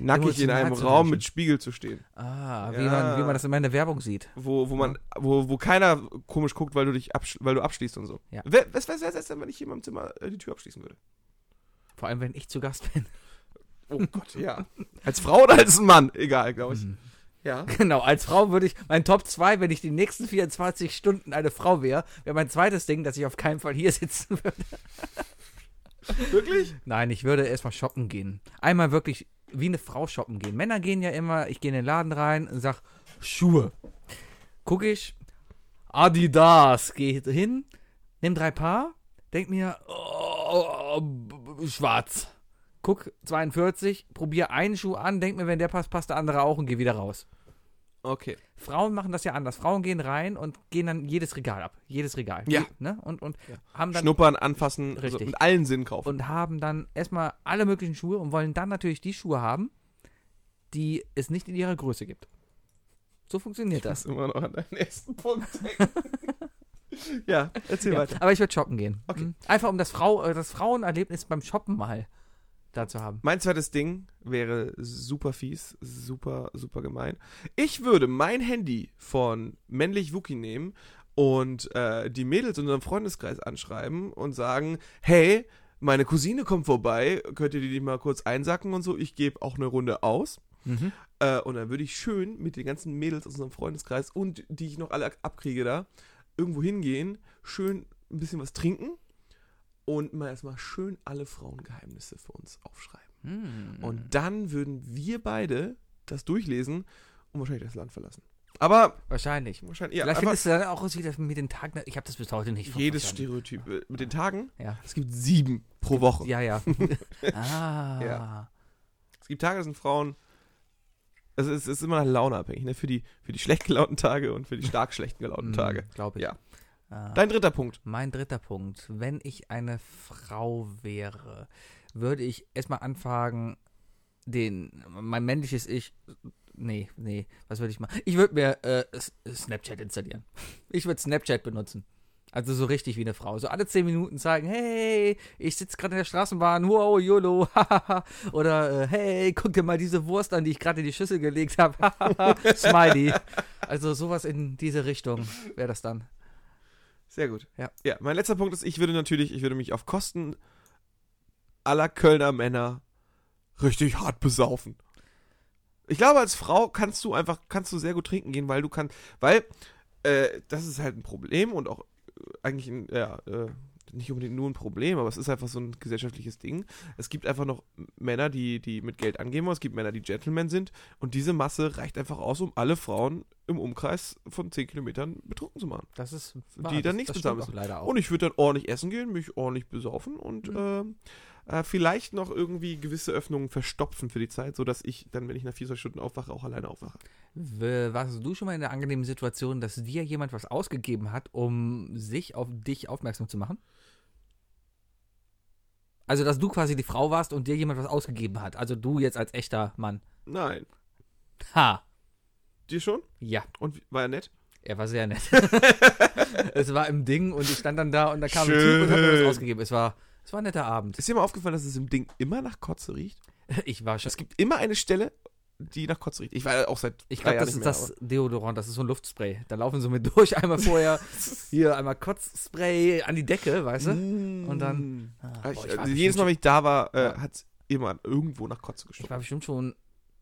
Speaker 3: nackig in
Speaker 2: Emotional
Speaker 3: einem
Speaker 2: zu
Speaker 3: Raum
Speaker 2: duschen.
Speaker 3: mit Spiegel zu stehen.
Speaker 2: Ah, wie,
Speaker 3: Ja.
Speaker 2: man, wie man das immer in der Werbung sieht.
Speaker 3: Wo, wo man, wo, wo keiner komisch guckt, weil du dich absch weil du abschließt und so.
Speaker 2: Ja.
Speaker 3: Wer- Was wäre es denn, wenn ich hier in meinem Zimmer äh, die Tür abschließen würde?
Speaker 2: Vor allem, wenn ich zu Gast bin. [laughs]
Speaker 3: Oh Gott, ja. Als Frau oder als Mann? Egal, glaube ich.
Speaker 2: Mhm.
Speaker 3: Ja.
Speaker 2: Genau, als Frau würde ich, mein Top 2, wenn ich die nächsten 24 Stunden eine Frau wäre, wäre mein zweites Ding, dass ich auf keinen Fall hier sitzen würde.
Speaker 3: Wirklich?
Speaker 2: Nein, ich würde erstmal shoppen gehen. Einmal wirklich wie eine Frau shoppen gehen. Männer gehen ja immer, ich gehe in den Laden rein und sag, Schuhe. Guck ich, Adidas, gehe hin, nimm drei Paar, denk mir, oh, b- b- schwarz. Guck, 42, probier einen Schuh an, denk mir, wenn der passt, passt der andere auch und geh wieder raus.
Speaker 3: Okay.
Speaker 2: Frauen machen das ja anders. Frauen gehen rein und gehen dann jedes Regal ab. Jedes Regal.
Speaker 3: Ja.
Speaker 2: Je- Ne? Und, und
Speaker 3: Ja.
Speaker 2: haben dann
Speaker 3: Schnuppern, anfassen, also
Speaker 2: Richtig.
Speaker 3: mit allen Sinnen kaufen.
Speaker 2: und haben dann erstmal alle möglichen Schuhe und wollen dann natürlich die Schuhe haben, die es nicht in ihrer Größe gibt. So funktioniert das.
Speaker 3: immer noch an deinen nächsten Punkt denken. ja, erzähl
Speaker 2: Ja.
Speaker 3: weiter.
Speaker 2: Aber ich würde shoppen gehen.
Speaker 3: Okay.
Speaker 2: Mhm. Einfach um das, Frau, äh, das Frauenerlebnis beim Shoppen mal da zu haben.
Speaker 3: Mein zweites Ding wäre super fies, super, super gemein. Ich würde mein Handy von männlich Wookie nehmen und äh, die Mädels in unserem Freundeskreis anschreiben und sagen, hey, meine Cousine kommt vorbei, könnt ihr die mal kurz einsacken und so, ich gebe auch eine Runde aus. Äh, und dann würde ich schön mit den ganzen Mädels aus unserem Freundeskreis und die ich noch alle ak- abkriege da, irgendwo hingehen, schön ein bisschen was trinken und mal erstmal schön alle Frauengeheimnisse für uns aufschreiben.
Speaker 2: Mhm.
Speaker 3: Und dann würden wir beide das durchlesen und wahrscheinlich das Land verlassen. Aber
Speaker 2: Wahrscheinlich.
Speaker 3: wahrscheinlich, ja,
Speaker 2: Vielleicht
Speaker 3: einfach
Speaker 2: findest du dann auch raus, wie das mit den Tagen. Ich habe das bis heute nicht
Speaker 3: jedes
Speaker 2: verstanden.
Speaker 3: Stereotyp. äh, Mit den Tagen,
Speaker 2: Ja.
Speaker 3: es gibt sieben pro Woche.
Speaker 2: Ja,
Speaker 3: [laughs]
Speaker 2: ja. ah.
Speaker 3: Ja. Es gibt Tage, das sind Frauen. Also es ist immer nach Laune abhängig, ne? Für die, für die schlecht gelaunten Tage und für die stark schlecht
Speaker 2: Mhm.
Speaker 3: gelaunten Tage.
Speaker 2: Glaube Hm, ich.
Speaker 3: Ja.
Speaker 2: Ah.
Speaker 3: Dein dritter Punkt.
Speaker 2: Mein dritter Punkt. Wenn ich eine Frau wäre, würde ich erstmal anfangen, den, mein männliches Ich. Nee, nee, was würde ich machen? Ich würde mir äh, S- Snapchat installieren. [laughs] Ich würde Snapchat benutzen. Also so richtig wie eine Frau. So alle zehn Minuten sagen, hey, ich sitze gerade in der Straßenbahn, wow, YOLO, hahaha. Oder äh, hey, guck dir mal diese Wurst an, die ich gerade in die Schüssel gelegt habe, hahaha. Smiley. Also sowas in diese Richtung wäre das dann.
Speaker 3: Sehr gut.
Speaker 2: Ja.
Speaker 3: ja, mein letzter Punkt ist, ich würde natürlich, ich würde mich auf Kosten aller Kölner Männer richtig hart besaufen. Ich glaube, als Frau kannst du einfach, kannst du sehr gut trinken gehen, weil du kannst, weil äh, das ist halt ein Problem und auch äh, eigentlich ein, ja, äh, nicht unbedingt nur ein Problem, aber es ist einfach so ein gesellschaftliches Ding. Es gibt einfach noch Männer, die, die mit Geld angeben, wollen. es gibt Männer, die Gentlemen sind und diese Masse reicht einfach aus, um alle Frauen im Umkreis von 10 Kilometern betrunken zu machen.
Speaker 2: Das ist
Speaker 3: wahr, dann das- nichts das bezahlen stimmt
Speaker 2: Leider
Speaker 3: Und ich würde dann ordentlich essen gehen, mich ordentlich besaufen und
Speaker 2: Mhm.
Speaker 3: ähm, äh, vielleicht noch irgendwie gewisse Öffnungen verstopfen für die Zeit, sodass ich dann, wenn ich nach 24 Stunden aufwache, auch alleine aufwache.
Speaker 2: Warst du schon mal in der angenehmen Situation, dass dir jemand was ausgegeben hat, um sich auf dich aufmerksam zu machen? Also, dass du quasi die Frau warst und dir jemand was ausgegeben hat. Also du jetzt als echter Mann.
Speaker 3: Nein.
Speaker 2: Ha!
Speaker 3: Dir schon?
Speaker 2: Ja,
Speaker 3: Und wie- war er nett?
Speaker 2: er war sehr [laughs] nett. es war im Ding und ich stand dann da und da kam ein
Speaker 3: Schön.
Speaker 2: Typ und hat mir was ausgegeben. Es war Es war ein netter Abend.
Speaker 3: Ist dir mal aufgefallen, dass es im Ding immer nach Kotze riecht?
Speaker 2: Ich war schon.
Speaker 3: Es gibt immer eine Stelle, die nach Kotze riecht. Ich war ja auch seit
Speaker 2: Ich
Speaker 3: drei
Speaker 2: glaube,
Speaker 3: Jahren
Speaker 2: das ist
Speaker 3: nicht mehr,
Speaker 2: das Deodorant, das ist so ein Luftspray. Da laufen sie mit [laughs] durch, einmal
Speaker 3: [laughs]
Speaker 2: vorher, hier einmal Kotzspray an die Decke, weißt
Speaker 3: Mhm.
Speaker 2: du? Und dann. Ah,
Speaker 3: aber-
Speaker 2: boah,
Speaker 3: Mm. Ich,
Speaker 2: ich war
Speaker 3: also jedes Mal, wenn
Speaker 2: bestimmt
Speaker 3: ich da war, äh,
Speaker 2: Ja.
Speaker 3: hat es immer irgendwo nach Kotze
Speaker 2: schon- ich
Speaker 3: gestunken.
Speaker 2: war bestimmt schon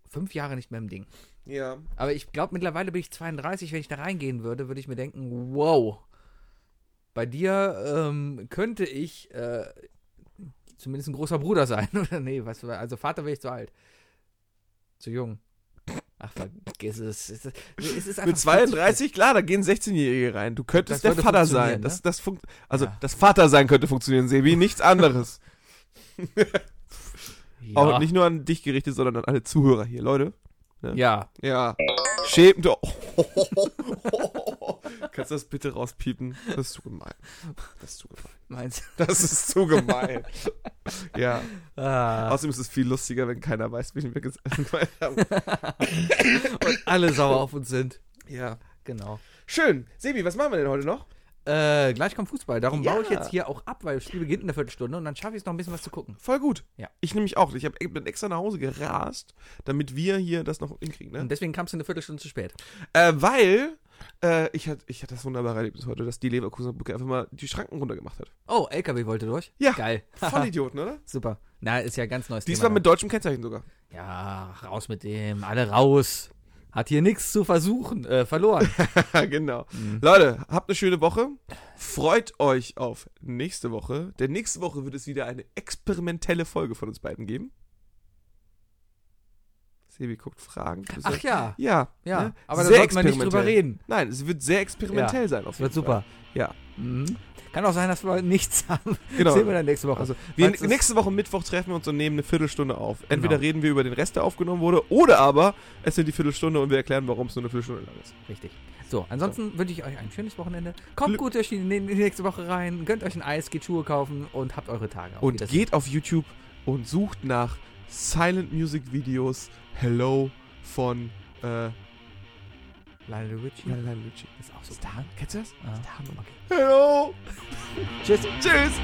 Speaker 2: fünf Jahre nicht mehr im Ding.
Speaker 3: Ja.
Speaker 2: Aber ich glaube, mittlerweile bin ich 32. Wenn ich da reingehen würde, würde ich mir denken, wow, bei dir ähm, könnte ich äh, zumindest ein großer Bruder sein. [laughs] Oder nee, weißt du, also Vater wäre ich zu alt. Zu jung. Ach, vergiss es. Es ist, es ist einfach
Speaker 3: Mit 32, klar, da gehen 16-Jährige rein. Du könntest
Speaker 2: Das
Speaker 3: der
Speaker 2: würde
Speaker 3: Vater sein.
Speaker 2: funktionieren,
Speaker 3: Das,
Speaker 2: ne?
Speaker 3: das funkt, also,
Speaker 2: Ja.
Speaker 3: das Vatersein könnte funktionieren, Sebi,
Speaker 2: [laughs]
Speaker 3: nichts anderes.
Speaker 2: Ja.
Speaker 3: Auch nicht nur an dich gerichtet, sondern an alle Zuhörer hier. Leute,
Speaker 2: Ja,
Speaker 3: ja. Schämt. Oh, [laughs] Kannst du das bitte rauspiepen? Das ist zu gemein. Das ist zu gemein.
Speaker 2: meinst
Speaker 3: Das ist
Speaker 2: [laughs]
Speaker 3: zu gemein. ja.
Speaker 2: du? Ah.
Speaker 3: Außerdem ist es viel lustiger, wenn keiner weiß, [laughs] wen wir gesagt haben.
Speaker 2: Und alle sauer auf uns sind.
Speaker 3: ja.
Speaker 2: Genau.
Speaker 3: Schön. Sebi, was machen wir denn heute noch?
Speaker 2: Äh, gleich kommt Fußball. Darum
Speaker 3: Ja.
Speaker 2: baue ich jetzt hier auch ab, weil das Spiel beginnt in der Viertelstunde und dann schaffe ich es noch ein bisschen was zu gucken.
Speaker 3: Voll gut.
Speaker 2: Ja.
Speaker 3: Ich nehme mich auch. Ich hab, ich bin extra nach Hause gerast, damit wir hier das noch hinkriegen. Ne?
Speaker 2: Und deswegen kamst du eine Viertelstunde zu spät.
Speaker 3: Äh, weil äh, ich hatte ich hatte das wunderbare Erlebnis heute, dass die Leverkusener Brücke einfach mal die Schranken runtergemacht hat.
Speaker 2: Oh, LKW wollte durch.
Speaker 3: Ja.
Speaker 2: Geil. [laughs]
Speaker 3: Voll Idioten, oder?
Speaker 2: Super. Na, ist ja ein ganz neues
Speaker 3: Diesmal
Speaker 2: Thema.
Speaker 3: mit deutschem Kennzeichen sogar. [laughs]
Speaker 2: dann. Ja, raus mit dem. Alle raus. Hat hier nichts zu versuchen. Äh,
Speaker 3: [laughs]
Speaker 2: verloren.
Speaker 3: genau.
Speaker 2: Mhm.
Speaker 3: Leute, habt eine schöne Woche. Freut euch auf nächste Woche. Denn nächste Woche wird es wieder eine experimentelle Folge von uns beiden geben. Sebi guckt Fragen.
Speaker 2: Ach ja.
Speaker 3: Ja.
Speaker 2: Ja.
Speaker 3: ne?
Speaker 2: Aber da
Speaker 3: Sehr
Speaker 2: sollten wir nicht drüber
Speaker 3: experimentell.
Speaker 2: reden.
Speaker 3: Nein, es wird sehr experimentell sein. Auf
Speaker 2: Das wird
Speaker 3: jeden Fall.
Speaker 2: super.
Speaker 3: Ja,
Speaker 2: Mhm. Kann auch sein, dass wir nichts haben.
Speaker 3: genau.
Speaker 2: Sehen wir dann nächste Woche.
Speaker 3: Also, wir
Speaker 2: Falls es-
Speaker 3: nächste Woche Mittwoch treffen wir uns und nehmen eine Viertelstunde auf. Entweder
Speaker 2: Genau.
Speaker 3: reden wir über den Rest, der aufgenommen wurde, oder aber es sind die Viertelstunde und wir erklären, warum es nur eine Viertelstunde lang ist.
Speaker 2: Richtig. So, ansonsten wünsche ich euch ein schönes Wochenende. Kommt
Speaker 3: Glück-
Speaker 2: gut durch die, in die nächste Woche rein, gönnt euch ein Eis, geht Schuhe kaufen und habt eure Tage. Auf
Speaker 3: Und
Speaker 2: Wiedersehen.
Speaker 3: geht auf YouTube und sucht nach Silent Music Videos Hello von äh,
Speaker 2: Lionel Richie
Speaker 3: Lionel Richie.
Speaker 2: ist auch so. Star.
Speaker 3: Kennst du das? [laughs]
Speaker 2: Ah.
Speaker 3: Hello!
Speaker 2: Tschüss.
Speaker 3: Tschüss!